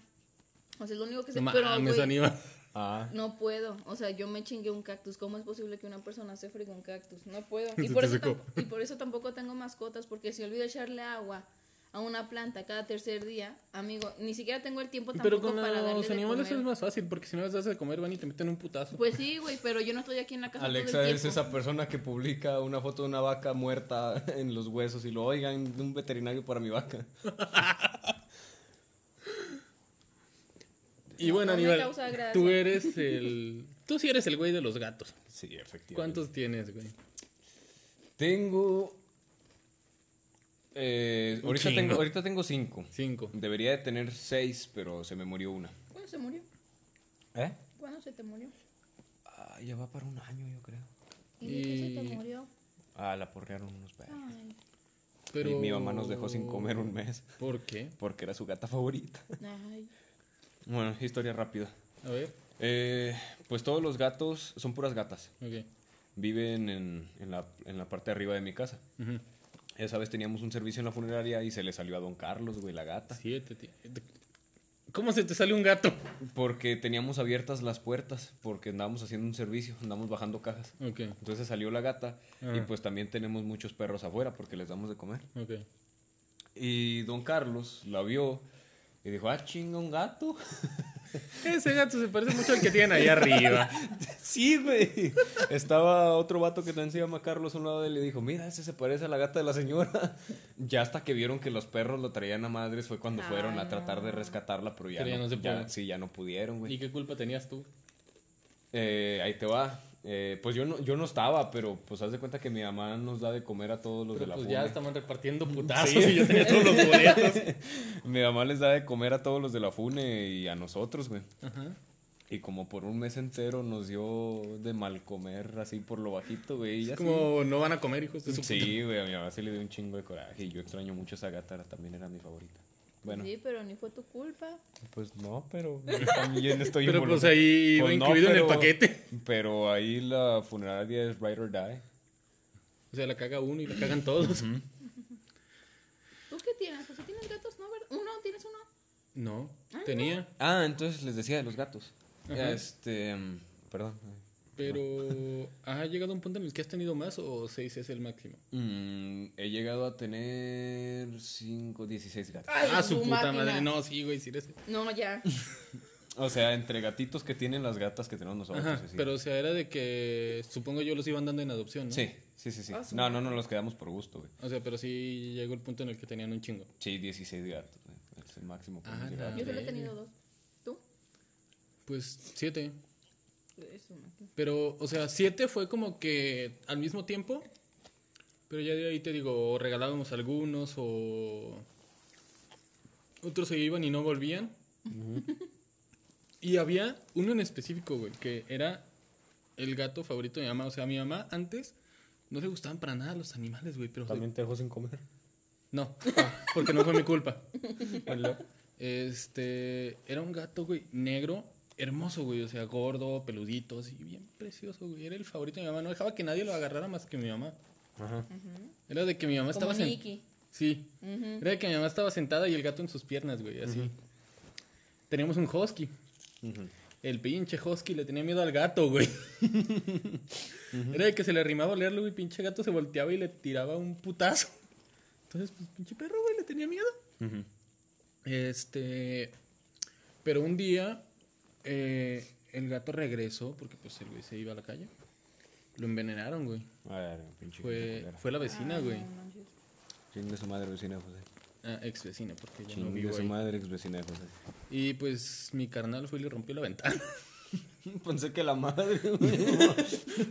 O sea, es lo único que sé. No pero, mames, güey, Aníbal. Ah. no puedo. O sea, yo me chingué un cactus. ¿Cómo es posible que una persona se fregue un cactus? No puedo. Se Y por, te eso secó. tamp- y por eso tampoco tengo mascotas, porque si olvido echarle agua a una planta cada tercer día, amigo, ni siquiera tengo el tiempo tampoco Pero con para darle los de animales comer. es más fácil porque si no les das de comer van y te meten un putazo. Pues sí, güey, pero yo no estoy aquí en la casa todo Alexa el es tiempo. esa persona que publica una foto de una vaca muerta en los huesos y lo oigan de un veterinario para mi vaca. Y bueno, Pues, no me Aníbal, causa gracia. tú eres el... Tú sí eres el güey de los gatos. Sí, efectivamente. ¿Cuántos tienes, güey? Tengo. eh, Un ahorita, chingo. tengo, ahorita tengo cinco. Cinco. Debería de tener seis, pero se me murió una. ¿Cuándo se murió? ¿Eh? ¿Cuándo se te murió? Ah, ya va para un año, yo creo. ¿Y, de qué se Y- te murió? Ah, la porrearon unos perros. Ay, Pero... Y mi mamá nos dejó sin comer un mes ¿Por qué? porque era su gata favorita. ay. Bueno, historia rápida. A ver. Eh, pues todos los gatos son puras gatas. Ok. Viven en, en la, en la parte de arriba de mi casa. Ujú. Esa vez teníamos un servicio en la funeraria y se le salió a don Carlos, güey, la gata. Siete. ti- ¿Cómo se te sale un gato? Porque teníamos abiertas las puertas, porque andábamos haciendo un servicio, andábamos bajando cajas. Ok, Entonces salió la gata y Ajá. pues también tenemos muchos perros afuera porque les damos de comer. ok. Y don Carlos la vio y dijo, ah, chinga, un gato. Ese gato se parece mucho al que tienen ahí arriba. sí, güey. Estaba otro vato que también se llama Carlos a un lado de él y dijo, mira, ese se parece a la gata de la señora. ya hasta que vieron que los perros lo traían a madres fue cuando fueron a tratar de rescatarla, pero ya, Pero Ah. ya no, no se ya- pudo. sí, ya no pudieron, güey. ¿Y qué culpa tenías tú? Eh, ahí te va. Eh, pues yo no, yo no estaba, pero pues haz de cuenta que mi mamá nos da de comer a todos los Pero de la pues funa. ya estaban repartiendo putazos y yo tenía todos los boletos. Mi mamá les da de comer a todos los de la FUNE y a nosotros, güey. Ajá. Y como por un mes entero nos dio de mal comer así por lo bajito, güey. y Es así. como no van a comer, hijos de su Mm, Sí, güey, a mi mamá se le dio un chingo de coraje. Y yo extraño mucho esa gata, era- también era mi favorita. Bueno, Sí, pero ni fue tu culpa. pues no, pero yo también estoy Pero pues involucrado. ahí Pues iba no, incluido en pero- el paquete. Pero ahí la funeraria es Ride or Die. O sea, la caga uno y la cagan todos. ¿Tú qué tienes? José? ¿Tienes gatos? ¿No? ver- ¿Uno? ¿Tienes uno? No, tenía, Ah, entonces les decía de los gatos. Ajá. Este, mm, perdón. pero ¿ha llegado un punto en el que has tenido más o seis es el máximo? Mm, he llegado a tener 5, 16 gatos. Ay, ah, su tu puta máquina. madre. No, sí, güey, sí eres. No, ya. O sea, entre gatitos que tienen las gatas que tenemos nosotros. Ajá, y así. pero o sea, era de que supongo yo los iban dando en adopción, ¿no? Sí, sí, sí, sí. Ah, su No, no, no los quedamos por gusto, güey. O sea, pero sí llegó el punto en el que tenían un chingo. Sí, 16 gatos, güey. Es el máximo que Ah, hemos la llegado. Yo solo he verga. tenido dos. ¿Tú? Pues siete. Es una. Pero, o sea, siete fue como que al mismo tiempo. Pero ya de ahí te digo, o regalábamos algunos o otros se iban y no volvían. Y había uno en específico, güey, que era el gato favorito de mi mamá. O sea, a mi mamá antes no le gustaban para nada los animales, güey, pero... te dejó sin comer. No, ah, porque no fue mi culpa. Este, era un gato, güey, negro, hermoso, güey, o sea, gordo, peludito, así, bien precioso, güey. Era el favorito de mi mamá, no dejaba que nadie lo agarrara más que mi mamá. Ajá. Era de que mi mamá Como estaba sen- Nicky. Sí. Era de que mi mamá estaba sentada y el gato en sus piernas, güey, así. Teníamos un husky. El pinche husky le tenía miedo al gato, güey. Era de que se le arrimaba a olerlo, güey, pinche gato se volteaba y le tiraba un putazo. Entonces, pues, pinche perro, güey, le tenía miedo. Este. Pero un día eh, el gato regresó porque, pues, el güey se iba a la calle. Lo envenenaron, güey. A ver, pinche. Fue, culera. fue la Ah. vecina, güey. Chingue su madre, vecina José. Ah, ex vecina, porque ya no Chingue vivo su ahí. madre, ex vecina José. Y pues mi carnal fue y le rompió la ventana. Pensé que la madre, güey.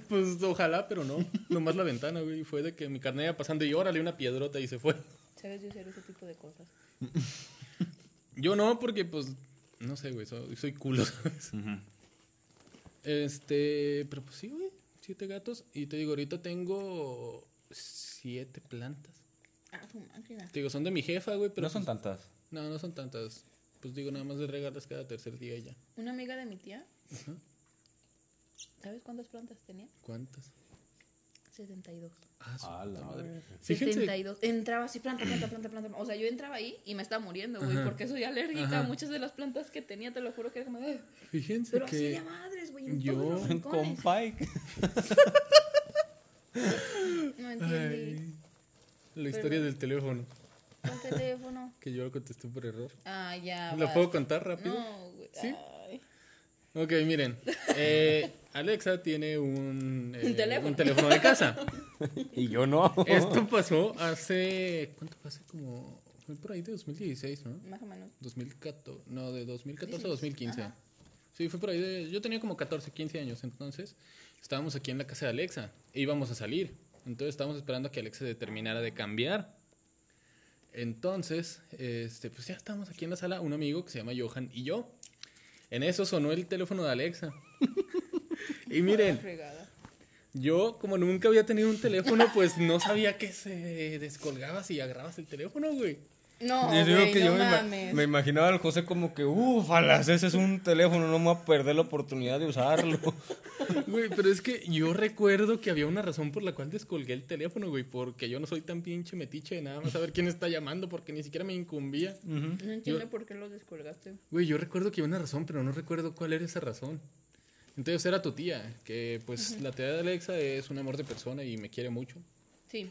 pues ojalá, pero no. Nomás la ventana, güey. Fue de que mi carnal iba pasando y órale una piedrota y se fue. Sabes yo hacer ese tipo de cosas. Yo no, porque pues, no sé, güey. Soy, soy culo, ¿sabes? Este, pero pues sí, güey. Siete gatos. Y te digo, ahorita tengo siete plantas. Ah, su máquina. Te digo, son de mi jefa, güey, pero... No son pues, tantas. No, no son tantas. Pues digo, nada más de regalas cada tercer día y ya. Una amiga de mi tía. ¿Sabes cuántas plantas tenía? ¿Cuántas? 72. Ah, su A la puta madre. madre. Fíjense, 72. Entraba así, planta, planta, planta, planta. O sea, yo entraba ahí y me estaba muriendo, güey, Ajá. porque soy alérgica Ajá. a muchas de las plantas que tenía, te lo juro que era como. "Ay". fíjense Pero que... así de madres, güey, en yo- todos los Con rincones. Pike. No entendí. La historia del teléfono, Con teléfono. que yo lo contesté por error. Ah, ya. ¿Lo vas. puedo contar rápido? No, güey. ¿Sí? Ay. Ok, miren. eh, Alexa tiene un, eh, Un teléfono. un teléfono de casa. Y yo no. Esto pasó hace... ¿Cuánto pasó? Como... Fue por ahí de 2016, ¿no? Más o menos. 2014. No, de 2014 a 2015. Ajá. Sí, fue por ahí de... Yo tenía como 14, 15 años, entonces estábamos aquí en la casa de Alexa e íbamos a salir. Entonces estábamos esperando a que Alexa se terminara de cambiar. Entonces, este, pues ya estábamos aquí en la sala, un amigo que se llama Johan y yo. En eso sonó el teléfono de Alexa. y miren, Fregada. yo, como nunca había tenido un teléfono, pues no sabía que se descolgaba si agarrabas el teléfono, güey. No, Yo digo güey, que no yo me, ima- mames. me imaginaba al José como que, uff, alas, ese es un teléfono, no me voy a perder la oportunidad de usarlo. Güey, pero es que yo recuerdo que había una razón por la cual descolgué el teléfono, güey, porque yo no soy tan pinche metiche de nada más saber quién está llamando, porque ni siquiera me incumbía. No entiendo por qué lo descolgaste. Güey, yo recuerdo que había una razón, pero no recuerdo cuál era esa razón. Entonces era tu tía, que pues la tía de Alexa es un amor de persona y me quiere mucho. Sí,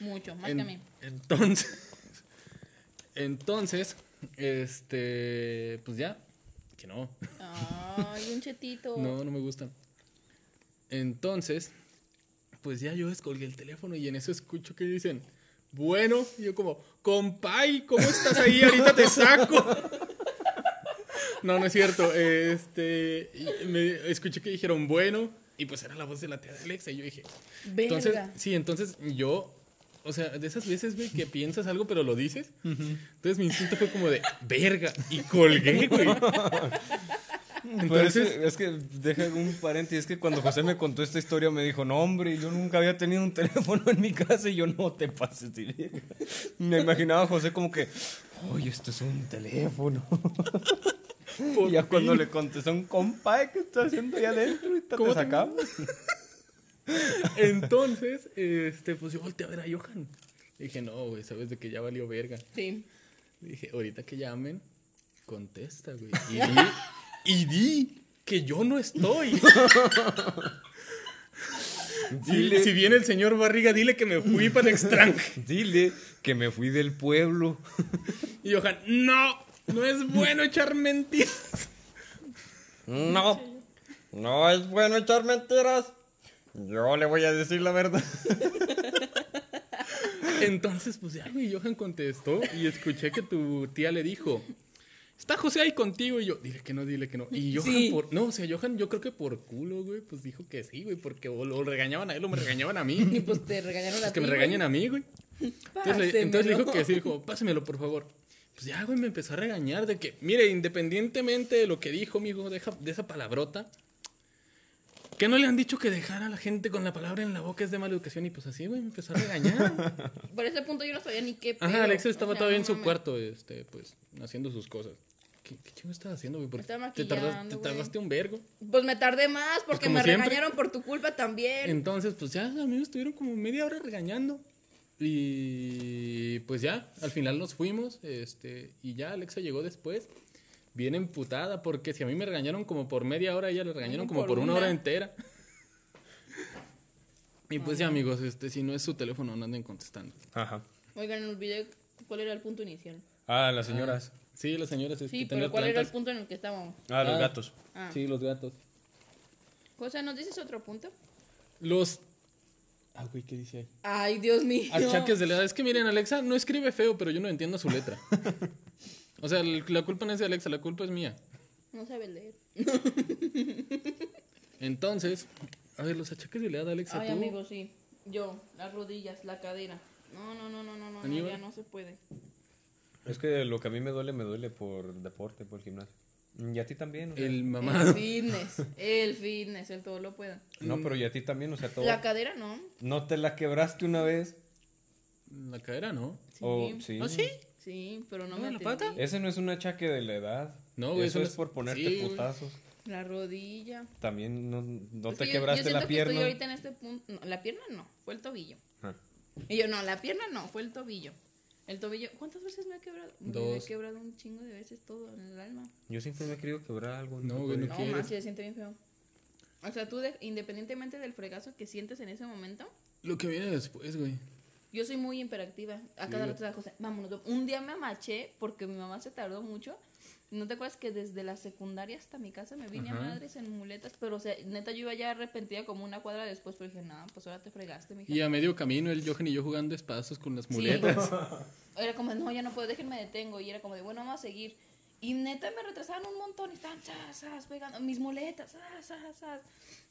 mucho, más En- que a mí. Entonces, entonces, este, pues ya, que no, Ay, un chetito. no, no me gustan. Entonces, pues ya yo descolgué el teléfono y en eso escucho que dicen, bueno, y yo como, compay, ¿cómo estás ahí? Ahorita te saco. No, no es cierto. Este, y me escuché que dijeron, bueno, y pues era la voz de la tía de Alexa y yo dije, Verga. entonces, sí, entonces yo, o sea, de esas veces, güey, que piensas algo pero lo dices. Entonces mi instinto fue como de, verga, y colgué, güey. Pero es, que- es que, deja un paréntesis, es que cuando José me contó esta historia me dijo, no hombre, yo nunca había tenido un teléfono en mi casa y yo no te pases, de verga". Me imaginaba a José como que, oye, esto es un teléfono. Por Y ya cuando fin. le contestó un compa, ¿qué está haciendo allá adentro? Y te, ¿Cómo te te- sacaba. Entonces, este, pues yo volteé a ver a Johan. Dije, no, güey, sabes de que ya valió verga. Sí. Dije, ahorita que llamen, contesta, güey. Y di, y di que yo no estoy. Dile, si viene el señor Barriga, dile que me fui para el extranjero. Dile que me fui del pueblo. Y Johan, no, no es bueno echar mentiras. No, no es bueno echar mentiras. Yo le voy a decir la verdad. Entonces, pues ya, güey, Johan contestó y escuché que tu tía le dijo, está José ahí contigo y yo, dile que no, dile que no. Y Johan, Sí. por, no, o sea, Johan yo creo que por culo, güey, pues dijo que sí, güey, porque o lo regañaban a él o me regañaban a mí. Y pues te regañaron Pues la que me regañen a mí, güey. Entonces le, entonces le dijo que sí, dijo, pásemelo, por favor. Pues ya, güey, me empezó a regañar de que, mire, independientemente de lo que dijo, mijo, deja de esa palabrota. Que no le han dicho que dejar a la gente con la palabra en la boca es de mala educación. Y pues así, güey, me empezó a regañar. Por ese punto yo no sabía ni qué Ajá, pedo. Alexa estaba O sea, todavía no en su mames. cuarto, este, pues, haciendo sus cosas. ¿Qué, qué chingo estaba haciendo, güey? Porque Estaba te, tardas- maquillando, te güey. tardaste un vergo. Pues me tardé más porque como me siempre. regañaron por tu culpa también. Entonces, pues ya, a mí me estuvieron como media hora regañando. Y pues ya, al final nos fuimos. Este, y ya Alexa llegó después, bien emputada, porque si a mí me regañaron como por media hora, a ella le regañaron como por, por una, una. hora entera. y pues ya, amigos, este, si no es su teléfono, no anden contestando. Ajá. Oigan, olvidé cuál era el punto inicial. Ah, las señoras. Sí, las señoras, este, Sí, tener pero cuál era el plantas. punto en el que estábamos. Ah, los Ah. gatos. Ah. Sí, los gatos. José, ¿nos dices otro punto? Los. Ah, güey, ¿qué dice ahí? Ay, Dios mío. Achaques de la edad. Es que miren, Alexa no escribe feo, pero yo no entiendo su letra. O sea, el- la culpa no es de Alexa, la culpa es mía. No sabes leer. Entonces, a ver, los achaques de la edad, Alexa, Ay, tú. amigo, sí. Yo, las rodillas, la cadera. No, no, no, no, no, no, Aníbal. ya no se puede. Es que lo que a mí me duele, me duele por deporte, por gimnasio. Y a ti también. o sea. El El mamado. fitness, el fitness, el todo lo pueda. No, pero y a ti también, o sea, todo. La cadera no. ¿No te la quebraste una vez? La cadera, ¿no? Sí. O, sí. ¿Ah, sí? Sí, pero no ¿No, me la atendí. pata? Ese no es un achaque de la edad. No, güey, Eso eso es es- por ponerte sí, güey. putazos. La rodilla. También no, no Es te que yo- quebraste yo, siento la que pierna. Estoy ahorita en este punto. no, la pierna no, fue el tobillo. Ah. Y yo, no, la pierna no, fue el tobillo. El tobillo, ¿cuántas veces me he quebrado? Me he Dos. quebrado un chingo de veces todo en el alma. Yo siempre me he querido quebrar algo. No, nunca güey, he no podido. No, quieres? más, se siente bien feo. O sea, tú, de- independientemente del fregazo que sientes en ese momento, Lo que viene después, güey. yo soy muy imperactiva. A cada rato la cosa, vámonos. va- Un día me amaché porque mi mamá se tardó mucho. ¿No te acuerdas que desde la secundaria hasta mi casa me vine a madres en muletas? Pero, o sea, neta, yo iba ya arrepentida como una cuadra después. Pero dije, no, pues ahora te fregaste, mija. Y a medio camino, el Johan y yo jugando espadazos con las Sí. muletas. Era como, no, ya no puedo, déjenme detengo. Y era como de, bueno, vamos a seguir. Y neta me retrasaban un montón y estaban zas, zas, pegando mis muletas, zas, zas, zas.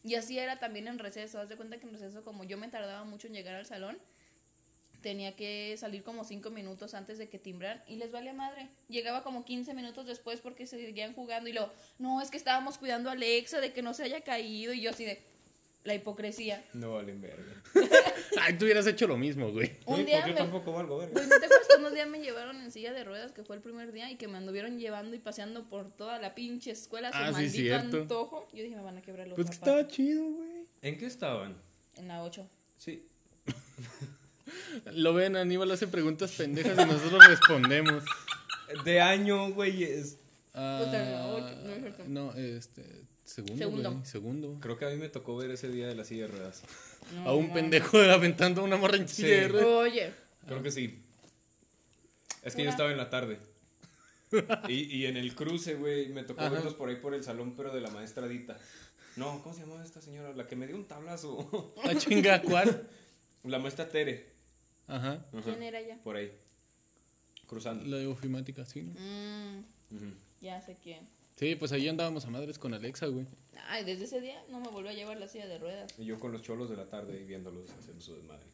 Y así era también en receso. Haz de cuenta que en receso, como yo me tardaba mucho en llegar al salón, tenía que salir como 5 minutos antes de que timbran y les valía madre. Llegaba como 15 minutos después porque seguían jugando y lo, no, es que estábamos cuidando a Alexa de que no se haya caído y yo así de la hipocresía. No valen verga. Ay, tú hubieras hecho lo mismo, güey. Un Güey, día pues yo me- tampoco valgo verga. Güey, ¿no te acuerdas que unos días me llevaron en silla de ruedas, que fue el primer día, y que me anduvieron llevando y paseando por toda la pinche escuela, su Ah, sí, maldito cierto. antojo? Yo dije, me van a quebrar los Pues que zapatos. estaba chido, güey. ¿En qué estaban? En la 8. Sí. Lo ven, Aníbal hace preguntas pendejas y nosotros respondemos. De año, güeyes. Ah, no, no es cierto. no, este. Segundo. Segundo. güey, segundo. Creo que a mí me tocó ver ese día de la silla de ruedas. a un pendejo aventando una morra en silla de Sí. ruedas. Oye, Creo que sí. Es que yo estaba en la tarde. Y, y en el cruce, güey, me tocó Ajá. verlos por ahí por el salón, pero de la maestradita. No, ¿cómo se llamaba esta señora? La que me dio un tablazo. A chinga, ¿cuál? La maestra Tere. Ajá. Ajá. ¿quién era ya? Por ahí. Cruzando. La de ofimática, sí, ¿no? Mm, Ujú. ya sé quién. Sí, pues ahí andábamos a madres con Alexa, güey. Ay, desde ese día no me volvió a llevar la silla de ruedas. Y yo con los cholos de la tarde ahí viéndolos haciendo su desmadre.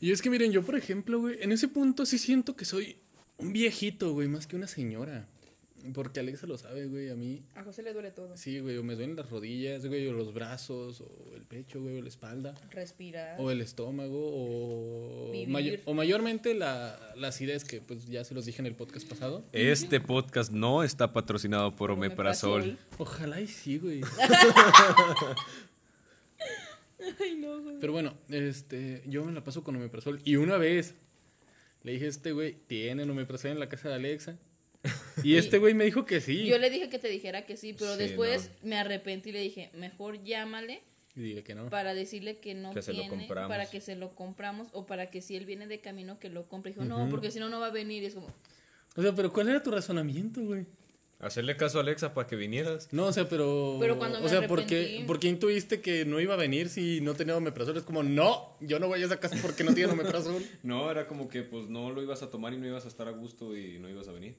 Y es que miren, yo por ejemplo, güey, en ese punto sí siento que soy un viejito, güey, más que una señora. Porque Alexa lo sabe, güey, a mí. A José le duele todo. Sí, güey, o me duelen las rodillas, güey, o los brazos, o el pecho, güey, o la espalda, Respirar. o el estómago, o, Vivir. mayo- o mayormente la, la acidez, que pues ya se los dije en el podcast pasado. Este podcast no está patrocinado por Omeprazol. Ojalá y sí, güey. Ay, no, güey. Pero bueno, este, yo me la paso con omeprazol. Y una vez le dije a este güey, ¿tienen omeprazol en la casa de Alexa? Y este güey me dijo que sí. Yo le dije que te dijera que sí, pero Sí, después me arrepentí y le dije, mejor llámale Y dije que no. para decirle que no Que se lo tiene, compramos. para que se lo compramos o para que si él viene de camino que lo compre. Dijo, no, porque si no, no va a venir. Y es como, O sea, pero ¿cuál era tu razonamiento, güey? Hacerle caso a Alexa para que vinieras. No, o sea, pero. Pero cuando me o sea, ¿por qué, arrepentí. por qué intuiste que no iba a venir si no tenía omeprazol? Es como, no, yo no voy a esa casa porque no tiene omeprazol. No, era como que pues no lo ibas a tomar y no ibas a estar a gusto y no ibas a venir.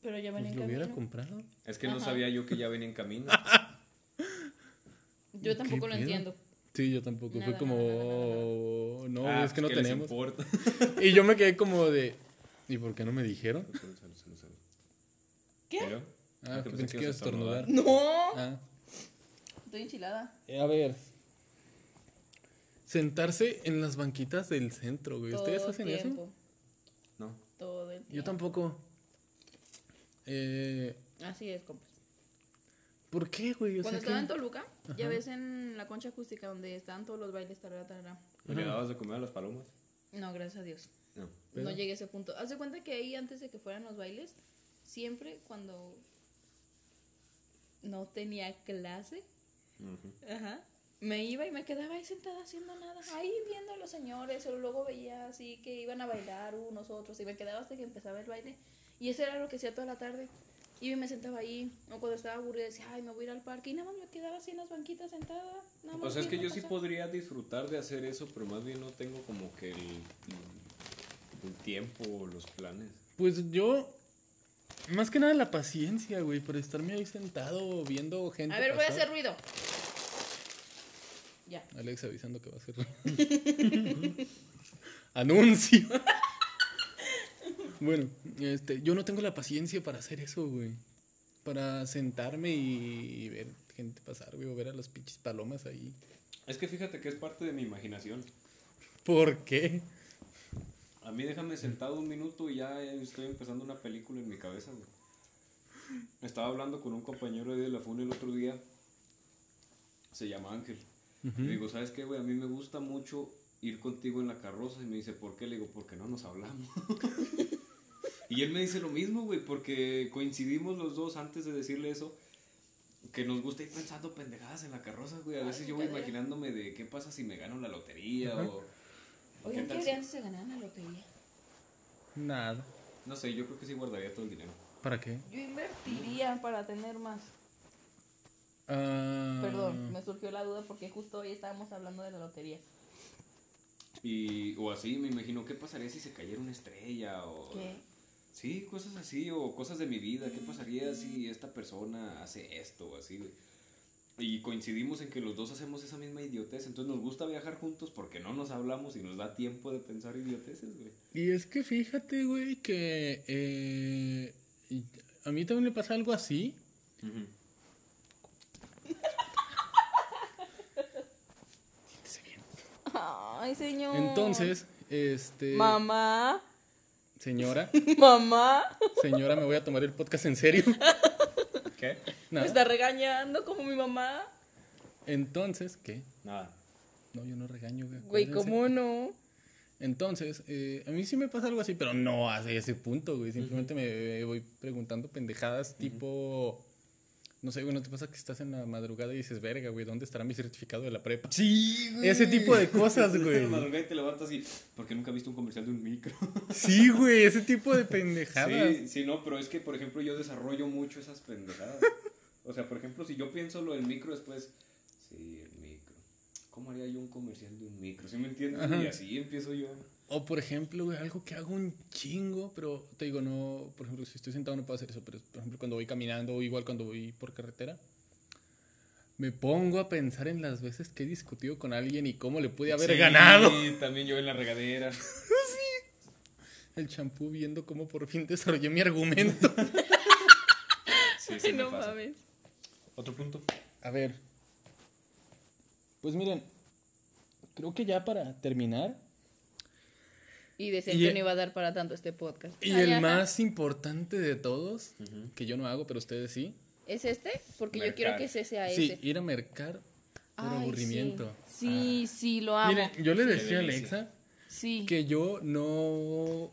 pero ya venía Pues en lo hubiera camino. comprado. Es que no sabía yo que ya venía en camino. Yo ¿Qué tampoco pedo? lo entiendo. Sí, yo tampoco. Nada, Fue como. No, Ah, es que no pues, ¿qué les tenemos. importa? Y yo me quedé como de. ¿Y por qué no me dijeron? Salud, salud, salud, salud. ¿Qué? ¿Y luego? Ah, que que pensé que ibas a estornudar. No, Ah. estoy enchilada. Eh, a ver. Sentarse en las banquitas del centro, güey. Todo ¿Ustedes el hacen tiempo. eso? No. Todo el tiempo. Yo tampoco. Eh, Así es, compas. ¿Por qué, güey? O sea, Cuando estaba en que- Toluca, ya ves en la concha acústica donde están todos los bailes, tarara, tarara. ¿Y le dabas de comer a las palomas? No, gracias a Dios. No. Pero- No llegué a ese punto. Haz de cuenta que ahí antes de que fueran los bailes, siempre cuando no tenía clase, Ujú. ajá, me iba y me quedaba ahí sentada haciendo nada, ahí viendo a los señores, o luego veía así que iban a bailar unos otros, y me quedaba hasta que empezaba el baile. Y eso era lo que hacía toda la tarde. Y me sentaba ahí, o cuando estaba aburrida decía, ay, me voy a ir al parque, y nada más me quedaba así en las banquitas sentada. Nada más O sea, es que viendo yo sí pasar. podría disfrutar de hacer eso, pero más bien no tengo como que el, el tiempo o los planes. Pues yo. Más que nada la paciencia, güey, por estarme ahí sentado viendo gente. A ver, voy a pasar. hacer ruido. Ya. Alex avisando que va a hacer. Anuncio. bueno, este, yo no tengo la paciencia para hacer eso, güey. Para sentarme y, y ver gente pasar, güey, o ver a las pinches palomas ahí. Es que fíjate que es parte de mi imaginación. ¿Por qué? A mí déjame sentado un minuto y ya estoy empezando una película en mi cabeza, güey. Estaba hablando con un compañero ahí de la FUN el otro día. Se llama Ángel. Le digo, ¿sabes qué, güey? A mí me gusta mucho ir contigo en la carroza. Y me dice, ¿por qué? Le digo, porque no nos hablamos. y él me dice lo mismo, güey, porque coincidimos los dos antes de decirle eso. Que nos gusta ir pensando pendejadas en la carroza, güey. A veces yo voy imaginándome de qué pasa si me gano la lotería o... o Oigan, tal ¿qué si- harían si se ganaran la lotería? Nada. no sé, yo creo que sí guardaría todo el dinero. ¿Para qué? Yo invertiría para tener más. Ah, Perdón, me surgió la duda porque justo hoy estábamos hablando de la lotería. Y, o así, me imagino, ¿qué pasaría si se cayera una estrella? O, ¿Qué? Sí, cosas así, o cosas de mi vida. ¿Qué pasaría si esta persona hace esto o así, güey? Y coincidimos en que los dos hacemos esa misma idiotez. Entonces nos gusta viajar juntos porque no nos hablamos y nos da tiempo de pensar idioteces, güey. Y es que fíjate, güey, que eh, y a mí también le pasa algo así. Siéntese bien. Ay, señor. Entonces, este... Mamá, Señora, mamá. señora, me voy a tomar el podcast en serio. ¿Qué? No. Me está regañando como mi mamá. Entonces, ¿qué? Nada. No, yo no regaño, güey. Güey, acuérdense. ¿cómo no? Entonces, eh, a mí sí me pasa algo así, pero no a ese punto, güey. Simplemente me voy preguntando pendejadas tipo... No sé, güey, ¿no te pasa que estás en la madrugada y dices, verga, güey, ¿dónde estará mi certificado de la prepa? Sí, güey. Ese tipo de cosas, La güey. madrugada y te levantas y. Porque nunca he visto un comercial de un micro. Sí, güey, ese tipo de pendejadas. Sí, sí, no, pero es que, por ejemplo, yo desarrollo mucho esas pendejadas. O sea, por ejemplo, si yo pienso lo del micro, después. Sí, el micro. ¿Cómo haría yo un comercial de un micro? ¿Sí me entiendes? Ajá. Y así empiezo yo. O por ejemplo, güey, algo que hago un chingo, pero te digo, no, por ejemplo, si estoy sentado no puedo hacer eso, pero por ejemplo cuando voy caminando o igual cuando voy por carretera, me pongo a pensar en las veces que he discutido con alguien y cómo le pude haber Sí, ganado. también yo en la regadera. El champú viendo cómo por fin desarrollé mi argumento. Sí, sí, me no pasa. mames. Otro punto. a ver. Pues miren, creo que ya para terminar, Y Y decía el- que no iba a dar para tanto este podcast. y Ay, el ajá. más importante de todos, que yo no hago, pero ustedes sí, ¿Es este? Porque Mercado. yo quiero que ese sea sí, ese. ir a mercar por Ay, aburrimiento. Sí, sí, sí, lo amo. Mire, yo le Qué decía a delicia. Alexa sí. que yo no,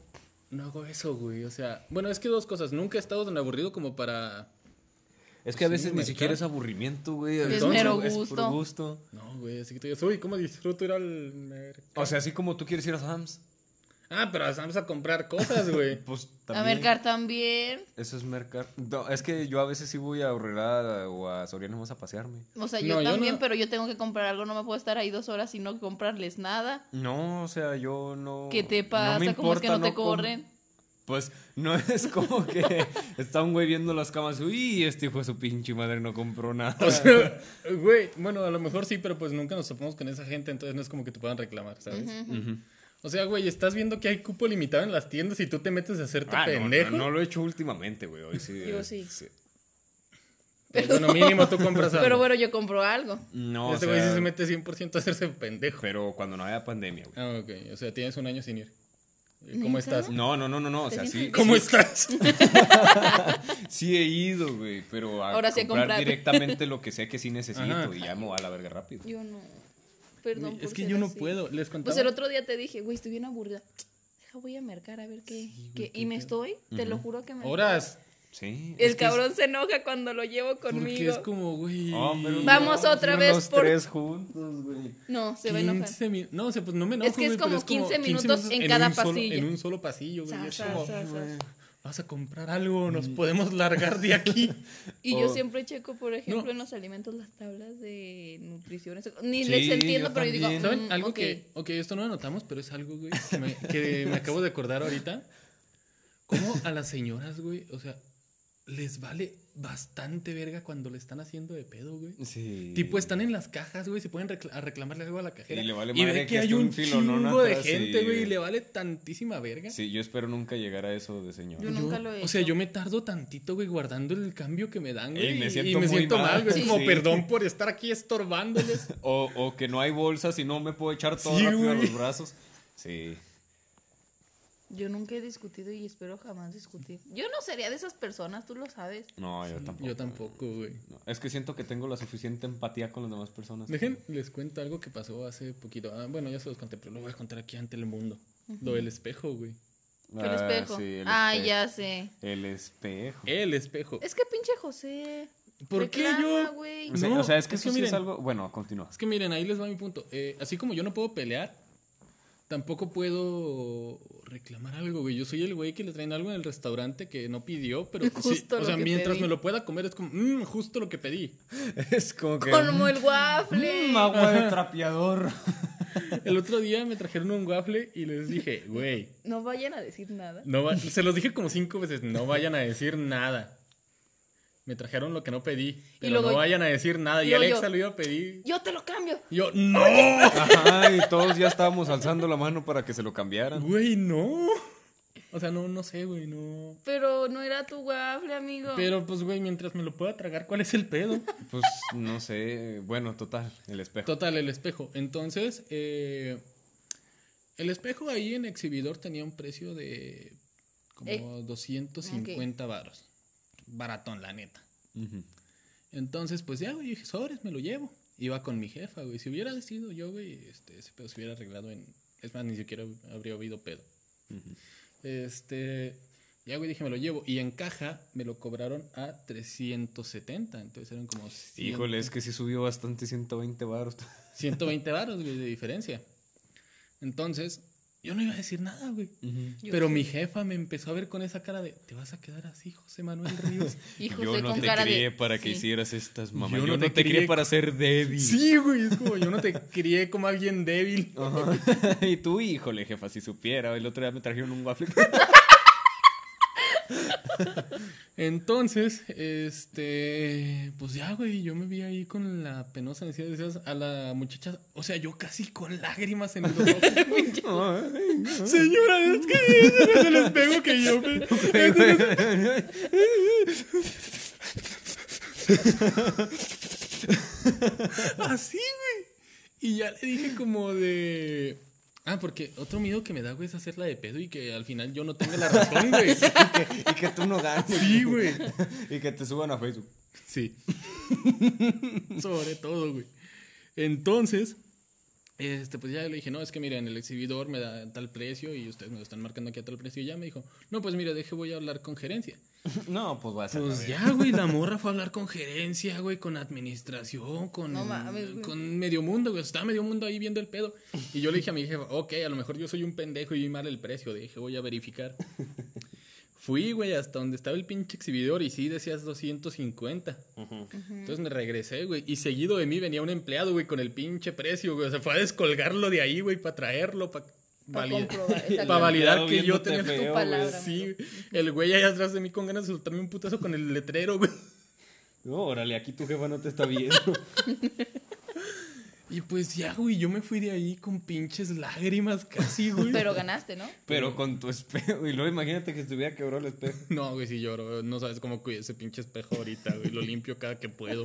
no hago eso, güey. O sea, bueno, es que dos cosas. Nunca he estado tan aburrido como para. Es que a Sí, veces ni mercado. siquiera es aburrimiento, güey. a Es veces mero es gusto. puro gusto. No, güey, así que tú dices, uy, ¿cómo disfruto ir al mercado? O sea, así como tú quieres ir a Sam's, Ah, pero vamos a comprar cosas, güey. pues A también. mercar también. Eso es mercar. No, es que yo a veces sí voy a Aurrera o a Soriana vamos a pasearme. O sea, yo No, yo también, no- pero yo tengo que comprar algo. No me puedo estar ahí dos horas y no comprarles nada. No, o sea, yo no. ¿Qué te no pasa? me ¿Cómo es que importa, no, te com- corren? Pues no es como que está un güey viendo las camas. Uy, este hijo de su pinche madre no compró nada. O sea, güey, bueno, a lo mejor sí, pero pues nunca nos topamos con esa gente, entonces no es como que te puedan reclamar, ¿sabes? O sea, güey, estás viendo que hay cupo limitado en las tiendas y tú te metes a hacerte Ah, no, ¿este pendejo. No, no lo he hecho últimamente, güey. Hoy sí. Yo eh, sí. Pues, Bueno, mínimo tú compras algo. Pero bueno, yo compro algo. No, este o güey sea, sí se mete 100% a hacerse pendejo. pero cuando no haya pandemia, güey. Ah, ok. O sea, tienes un año sin ir. Eh, ¿Cómo estás? No, no, no, no, no. O sea, sí, ¿Cómo estás? sí he ido, güey. Pero a Ahora sí a comprar comprar. directamente lo que sé que sí necesito Ajá. y llamo a la verga rápido. Yo no. Perdón. es por que ser yo no así. puedo. Les contaba. Pues el otro día te dije, güey, estoy bien aburrida. Deja, voy a mercar a ver qué. qué- Y me estoy, te lo juro que me. Horas. Sí. El es que es- cabrón se enoja cuando lo llevo Porque conmigo. es como, güey. Oh, pero Vamos no, otra fueron vez los por- tres juntos, güey. No, se va a enojar. 15 minutos. No, o sea, pues no me enojo. Es que es güey, pero como 15 minutos en cada un solo- pasillo. en un solo pasillo, güey. Sa, es sa, como, sa, sa. vas a comprar algo, Mm. nos podemos largar de aquí. Y O- yo siempre checo, por ejemplo, No. en los alimentos las tablas de nutrición. eso- Ni Sí, les entiendo, yo pero yo también. digo, ¿Saben? mm, Algo ok. que, ok, esto no lo anotamos, pero es algo, güey, que me, que me acabo de acordar ahorita. ¿Cómo a las señoras, güey? O sea, les vale bastante verga cuando le están haciendo de pedo, güey. Sí. Tipo, están en las cajas, güey, se pueden recla- a reclamarle algo a la cajera. Y le vale ve madre que, que hay esté un un filonón chingo de atrás y- gente, güey, y le vale tantísima verga. Sí, yo espero nunca llegar a eso de señor. Yo nunca lo he O sea, hecho. yo me tardo tantito, güey, guardando el cambio que me dan, güey. Y me y- siento y me muy siento mal. mal, güey. Sí. Como Sí. perdón por estar aquí estorbándoles. O, o que no hay bolsas y no me puedo echar todo Sí, rápido a güey. los brazos. Sí. Yo nunca he discutido y espero jamás discutir. Yo no sería de esas personas, tú lo sabes. No, yo tampoco. Yo tampoco, güey. No, es que siento que tengo la suficiente empatía con las demás personas. Dejen, les cuento algo que pasó hace poquito. Ah, bueno, ya se los conté, pero lo voy a contar aquí ante el mundo. Lo del espejo, güey. Ah, el espejo. sí, el ah, espejo. ya sé. El espejo. El espejo. Es que pinche José. ¿Por qué reclama, yo? güey. O sea, No, o sea, es que es eso que sí es miren. algo. Bueno, continúa. Es que miren, ahí les va mi punto. Eh, así como yo no puedo pelear, tampoco puedo reclamar algo, güey. Yo soy el güey que le traen algo en el restaurante que no pidió, pero que sí- Justo o lo sea, que mientras pedí. me lo pueda comer es como, mmm, justo lo que pedí. Es como que. Mm, Como el waffle. agua de Mm, trapeador. El otro día me trajeron un waffle y les dije, güey, No vayan a decir nada. no va- se los dije como cinco veces, no vayan a decir nada. Me trajeron lo que no pedí, pero luego- no vayan a decir nada. Y luego Alexa yo- lo iba a pedir. Yo te lo cambio. Yo, no, Ajá, y todos ya estábamos alzando la mano para que se lo cambiaran. güey, no. O sea, no, no sé, güey, no. Pero no era tu waffle, amigo. Pero pues, güey, mientras me lo pueda tragar, ¿cuál es el pedo? Pues no sé, bueno, total, el espejo. Total, el espejo. Entonces, eh, el espejo ahí en exhibidor tenía un precio de como Eh, 250 varos. Baratón, la neta. Ujú. Entonces, pues ya, güey, dije, sobres, me lo llevo. Iba con mi jefa, güey. Si hubiera sido yo, güey, este, ese pedo se hubiera arreglado en... Es más, ni siquiera habría habido pedo. Este... Ya, güey, dije, me lo llevo. Y en caja me lo cobraron a 370. Entonces eran como... Híjole, es que sí subió bastante 120 baros. 120 varos, güey, de diferencia. Entonces, yo no iba a decir nada, güey. Pero mi jefa me empezó a ver con esa cara de, te vas a quedar así, José Manuel Ríos. Y José Yo no con te cara crié de... para que sí. hicieras estas mamás. Yo no Yo, no te te, crié, crié para ser débil. sí, güey, es como, yo no te crié como alguien débil. Ajá. y tú, híjole, jefa, si supiera. El otro día me trajeron un waffle. Entonces, este, pues ya, güey, yo me vi ahí con la penosa necesidad de esas a la muchacha, o sea, yo casi con lágrimas en los ojos. Señora, es que ese no es el espejo que yo me... ese no es- Así, güey. Y ya le dije como de... Ah, porque otro miedo que me da, güey, es hacerla de pedo y que al final yo no tenga la razón, güey. y que tú no ganes. Sí, güey. y que te suban a Facebook. Sí. Sobre todo, güey. Entonces, este, pues ya le dije, no, es que mira, en el exhibidor me da tal precio y ustedes me lo están marcando aquí a tal precio. Y ya me dijo, no, pues mira, deje, voy a hablar con gerencia. No, pues vas a Pues ya, güey, la morra fue a hablar con gerencia, güey, con administración, con, No mames, güey. con medio mundo, güey. Estaba medio mundo ahí viendo el pedo. Y yo le dije a mi jefa, ok, a lo mejor yo soy un pendejo y vi mal el precio. Dije, voy a verificar. Fui, güey, hasta donde estaba el pinche exhibidor y sí decías 250. Entonces me regresé, güey. Y seguido de mí venía un empleado, güey, con el pinche precio, güey. Se fue a descolgarlo de ahí, güey, para traerlo, para Para comprobar. para exactamente. validar Claro, que yo viéndote tenía feo, tu güey. palabra, Sí, el güey allá atrás de mí con ganas de soltarme un putazo con el letrero, güey. No, órale, aquí tu jefa no te está viendo. Y pues ya, güey, yo me fui de ahí con pinches lágrimas casi, güey. Pero ganaste, ¿no? Pero con tu espejo. Y luego imagínate que estuviera quebrado el espejo. No, güey, sí lloro. No sabes cómo cuido ese pinche espejo ahorita, güey. Lo limpio cada que puedo.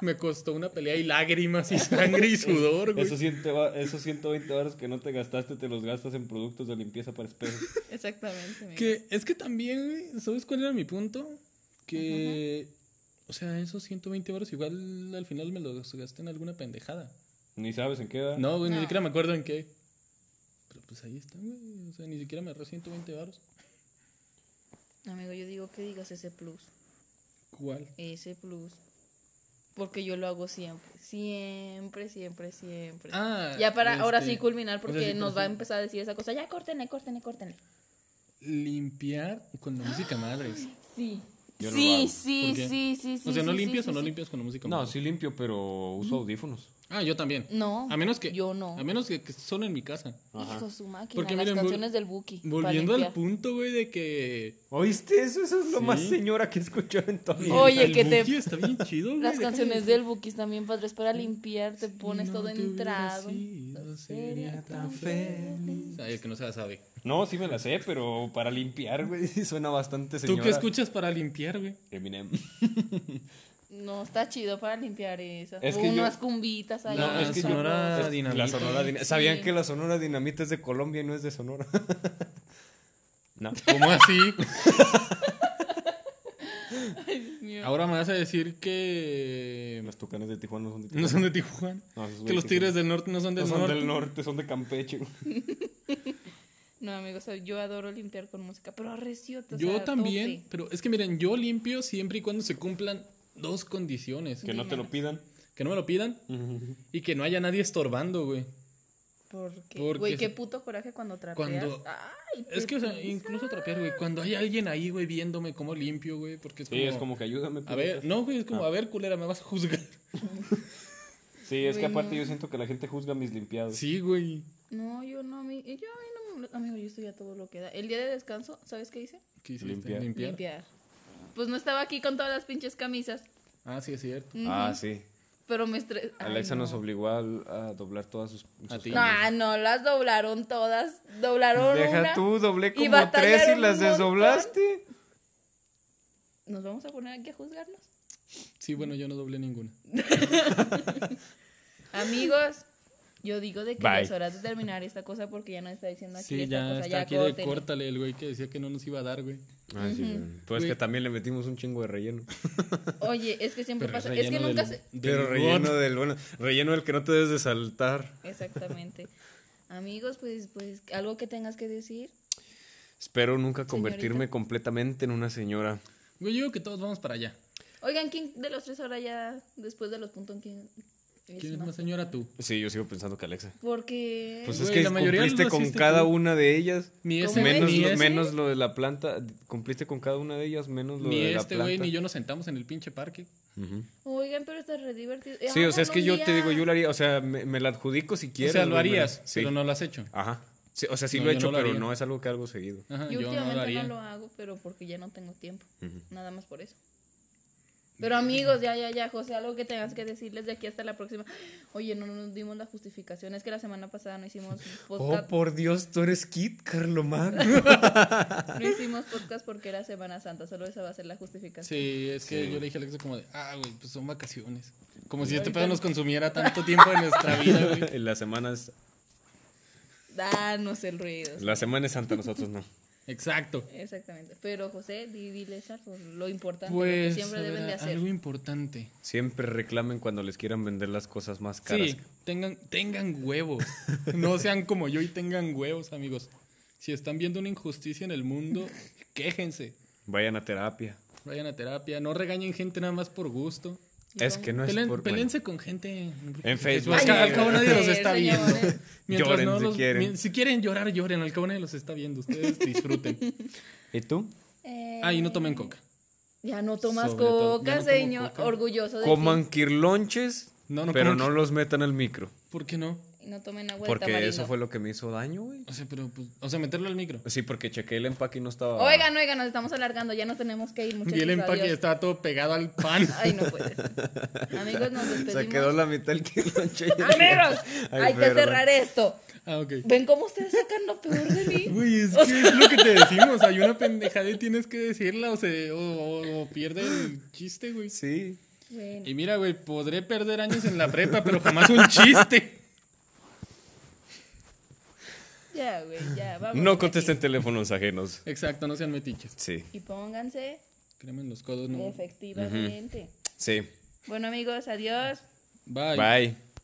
me costó una pelea y lágrimas y sangre y sudor, güey. Esos, 100 va- esos 120 baros que no te gastaste, te los gastas en productos de limpieza para espejo. Exactamente, amigo. Que es que también, güey, ¿sabes cuál era mi punto? Que, o sea, esos 120 euros igual al final me los gasté en alguna pendejada. Ni sabes en qué edad. No, güey, ni Ah. No. siquiera me acuerdo en qué. Pero pues ahí está, güey. O sea, ni siquiera me ahorré 120 baros. Amigo, yo digo que digas ese plus. ¿Cuál? Ese plus. Porque yo lo hago siempre. Siempre, siempre, siempre. Ah, ya para ahora este, sí culminar o sea, porque sí, nos pero va a sí. empezar a decir esa cosa. Ya córtenle, córtenle, córtenle. Limpiar con la música madres. Sí. Yo no lo sí, hago. sí, ¿Por qué? sí, sí, sí. o sea, ¿no sí, sí, limpias sí, o no sí. limpias con la música No, madres? sí limpio, pero uso audífonos. Ah, yo también. No. A menos que. Yo no. A menos que, que solo en mi casa. Hijo de su máquina. Porque las miren, vol- canciones del Buki. para Volviendo al limpiar. punto, güey, de que. ¿Oíste eso? Eso es lo Sí. más señora que he escuchado en todo. Oh. Oye, el que te- Buki está bien chido, güey. Las déjame canciones decir. del Buki están bien padres para limpiar. Te pones No todo te hubiera entrado. sido, sería tan feliz. Ay, el que no se la sabe. No, sí me la sé, pero para limpiar, güey, suena bastante ¿Tú señora. qué escuchas para limpiar, güey? Eminem. No, está chido para limpiar esa. Es que Unas yo- cumbitas ahí. No, unas es que yo- cosas. La Dinamita. La Sonora Dinamita. ¿Sabían Sí. que la Sonora Dinamita es de Colombia y no es de Sonora? no. ¿Cómo así? Dios mío. Ahora me vas a decir que Los tucanes de Tijuana no son de Tijuana. no son de Tijuana, No, esos que güeyes los sí tigres son- del norte no son del no son norte. del norte, son de Campeche. güey. No, amigo, o sea, yo adoro limpiar con música, pero reciota. Yo también, pero es que miren, yo limpio siempre y cuando se cumplan dos condiciones, Que que, no te lo pidan. no me lo pidan y que no haya nadie estorbando, güey. Porque, Porque güey, qué se- puto coraje cuando trapeas. Cuando- Ay, Es que o sea, pepis. incluso trapear, güey, cuando hay alguien ahí, güey, viéndome cómo limpio, güey, porque es Sí, como, Ah. es como que ayúdame. a ver, no, güey, es como, a ver, culera, me vas a juzgar. Sí, es que Bueno. aparte yo siento que la gente juzga mis limpiados. Sí, güey. No, yo no, mi- yo a mí no, amigo, yo estoy a todo lo que da. El día de descanso, ¿sabes qué hice? ¿Qué hiciste? Limpiar. Limpiar. Limpiar. Pues no estaba aquí con todas las pinches camisas, Ah, sí, es cierto. Ah, sí. pero me estresé. Alexa nos obligó a, a doblar todas sus. A sus ti. camisas. No, ah, no, las doblaron todas. Doblaron una. Deja tú, doblé y como batallaron tres y un las desdoblaste. Nos vamos a poner aquí a juzgarnos. Sí, bueno, yo no doblé ninguna. Amigos, yo digo de que Bye. ya es hora de terminar esta cosa porque ya no está diciendo aquí Sí, esta ya cosa. está ya aquí de corten. córtale el güey que decía que no nos iba a dar, güey. Ah, sí, Pues Güey. que también le metimos un chingo de relleno. Oye, es que siempre Pero pasa. Es que relleno nunca del- se. del Pero bot. relleno del bueno. Relleno del que no te debes de saltar. Exactamente. Amigos, pues, pues, algo que tengas que decir. Espero nunca convertirme Señorita. completamente en una señora. Güey, yo digo que todos vamos para allá. Oigan, ¿quién de los tres ahora ya, después de los puntos, quién es ¿Quién es más? más señora tú? Sí, yo sigo pensando que Alexa. Porque. Pues Güey, es la que mayoría cumpliste lo con hiciste cada tú. una de ellas. Ni ¿Cómo ese, ves? menos, ni lo, ese, menos lo de la planta. Cumpliste con cada una de ellas, menos lo ni de la este planta. güey, ni yo nos sentamos en el pinche parque. Ujú. Oigan, pero está re divertido. Eh, Sí, o sea, es que yo te digo, yo la lo haría. O sea, me, me la adjudico si quieres. o sea, lo güey, me la- harías, Sí. pero no lo has hecho. Ajá. Sí, o sea, sí No, lo he yo hecho, no lo pero haría. no es algo que hago seguido. Ajá, yo, Yo no lo últimamente haría. no lo hago, pero porque ya no tengo tiempo. Nada más por eso. Pero amigos, ya, ya, ya, José, algo que tengas que decirles de aquí hasta la próxima. Oye, no nos dimos la justificación. Es que la semana pasada no hicimos podcast. Oh, por Dios, tú eres Kit, Carlomagno. No hicimos podcast porque era Semana Santa. Solo esa va a ser la justificación. Sí, es que yo le dije a Alexa como de, ah, güey, pues son vacaciones. Como si este ahorita- pedo nos consumiera tanto tiempo de nuestra vida, güey. En las semanas, Danos el ruido. la semana es santa, nosotros no. Exacto. Exactamente. Pero José, di- diles algo, lo importante, lo que Pues, siempre a deben ver, de hacer. algo importante. Siempre reclamen cuando les quieran vender las cosas más caras. Sí, tengan, tengan huevos. No sean como yo y tengan huevos, amigos. Si están viendo una injusticia en el mundo, quéjense. Vayan a terapia. Vayan a terapia. No regañen gente nada más por gusto. Es que no es Peleen- por... Pelense con gente. En Al, Facebook. ca- al cabo nadie los Sí, está viendo. señores. Mientras Lloren no si los- quieren. mien- Si quieren llorar, lloren. Al cabo nadie los está viendo. Ustedes disfruten. ¿Y tú? Eh, Ah, y no tomen coca. Ya no tomas Sobre todo, coca, ya no tomo señor. coca. Orgulloso de Coman quirlonches, No, no pero coman no los metan al micro. ¿Por qué no? ti. Y no tomen agua de Porque tamarindo. eso fue lo que me hizo daño, güey. O sea, pero, pues, o sea, meterlo al micro. Sí, porque chequé el empaque y no estaba... Oigan, oigan, nos estamos alargando. Ya nos tenemos que ir. Muchachos, Y el empaque adiós. estaba todo pegado al pan. Ay, no puede ser. Amigos, nos despedimos. Se quedó la mitad del quirlonche. Amigos, Ay, hay que perdón. cerrar esto. Ah, ok. ¿Ven cómo ustedes sacan lo peor de mí? Güey, es que es lo que te decimos. Hay una pendejada y tienes que decirla o, se, o, o- o pierde el chiste, güey. Sí. Bueno, Y mira, güey, podré perder años en la prepa, pero jamás un chiste. ya, güey, ya, vamos. No contesten teléfonos ajenos. Exacto, no sean metiches. Sí. Y pónganse Créeme en Mm. los codos, no. efectivamente. Sí. Bueno, amigos, adiós. Bye. Bye.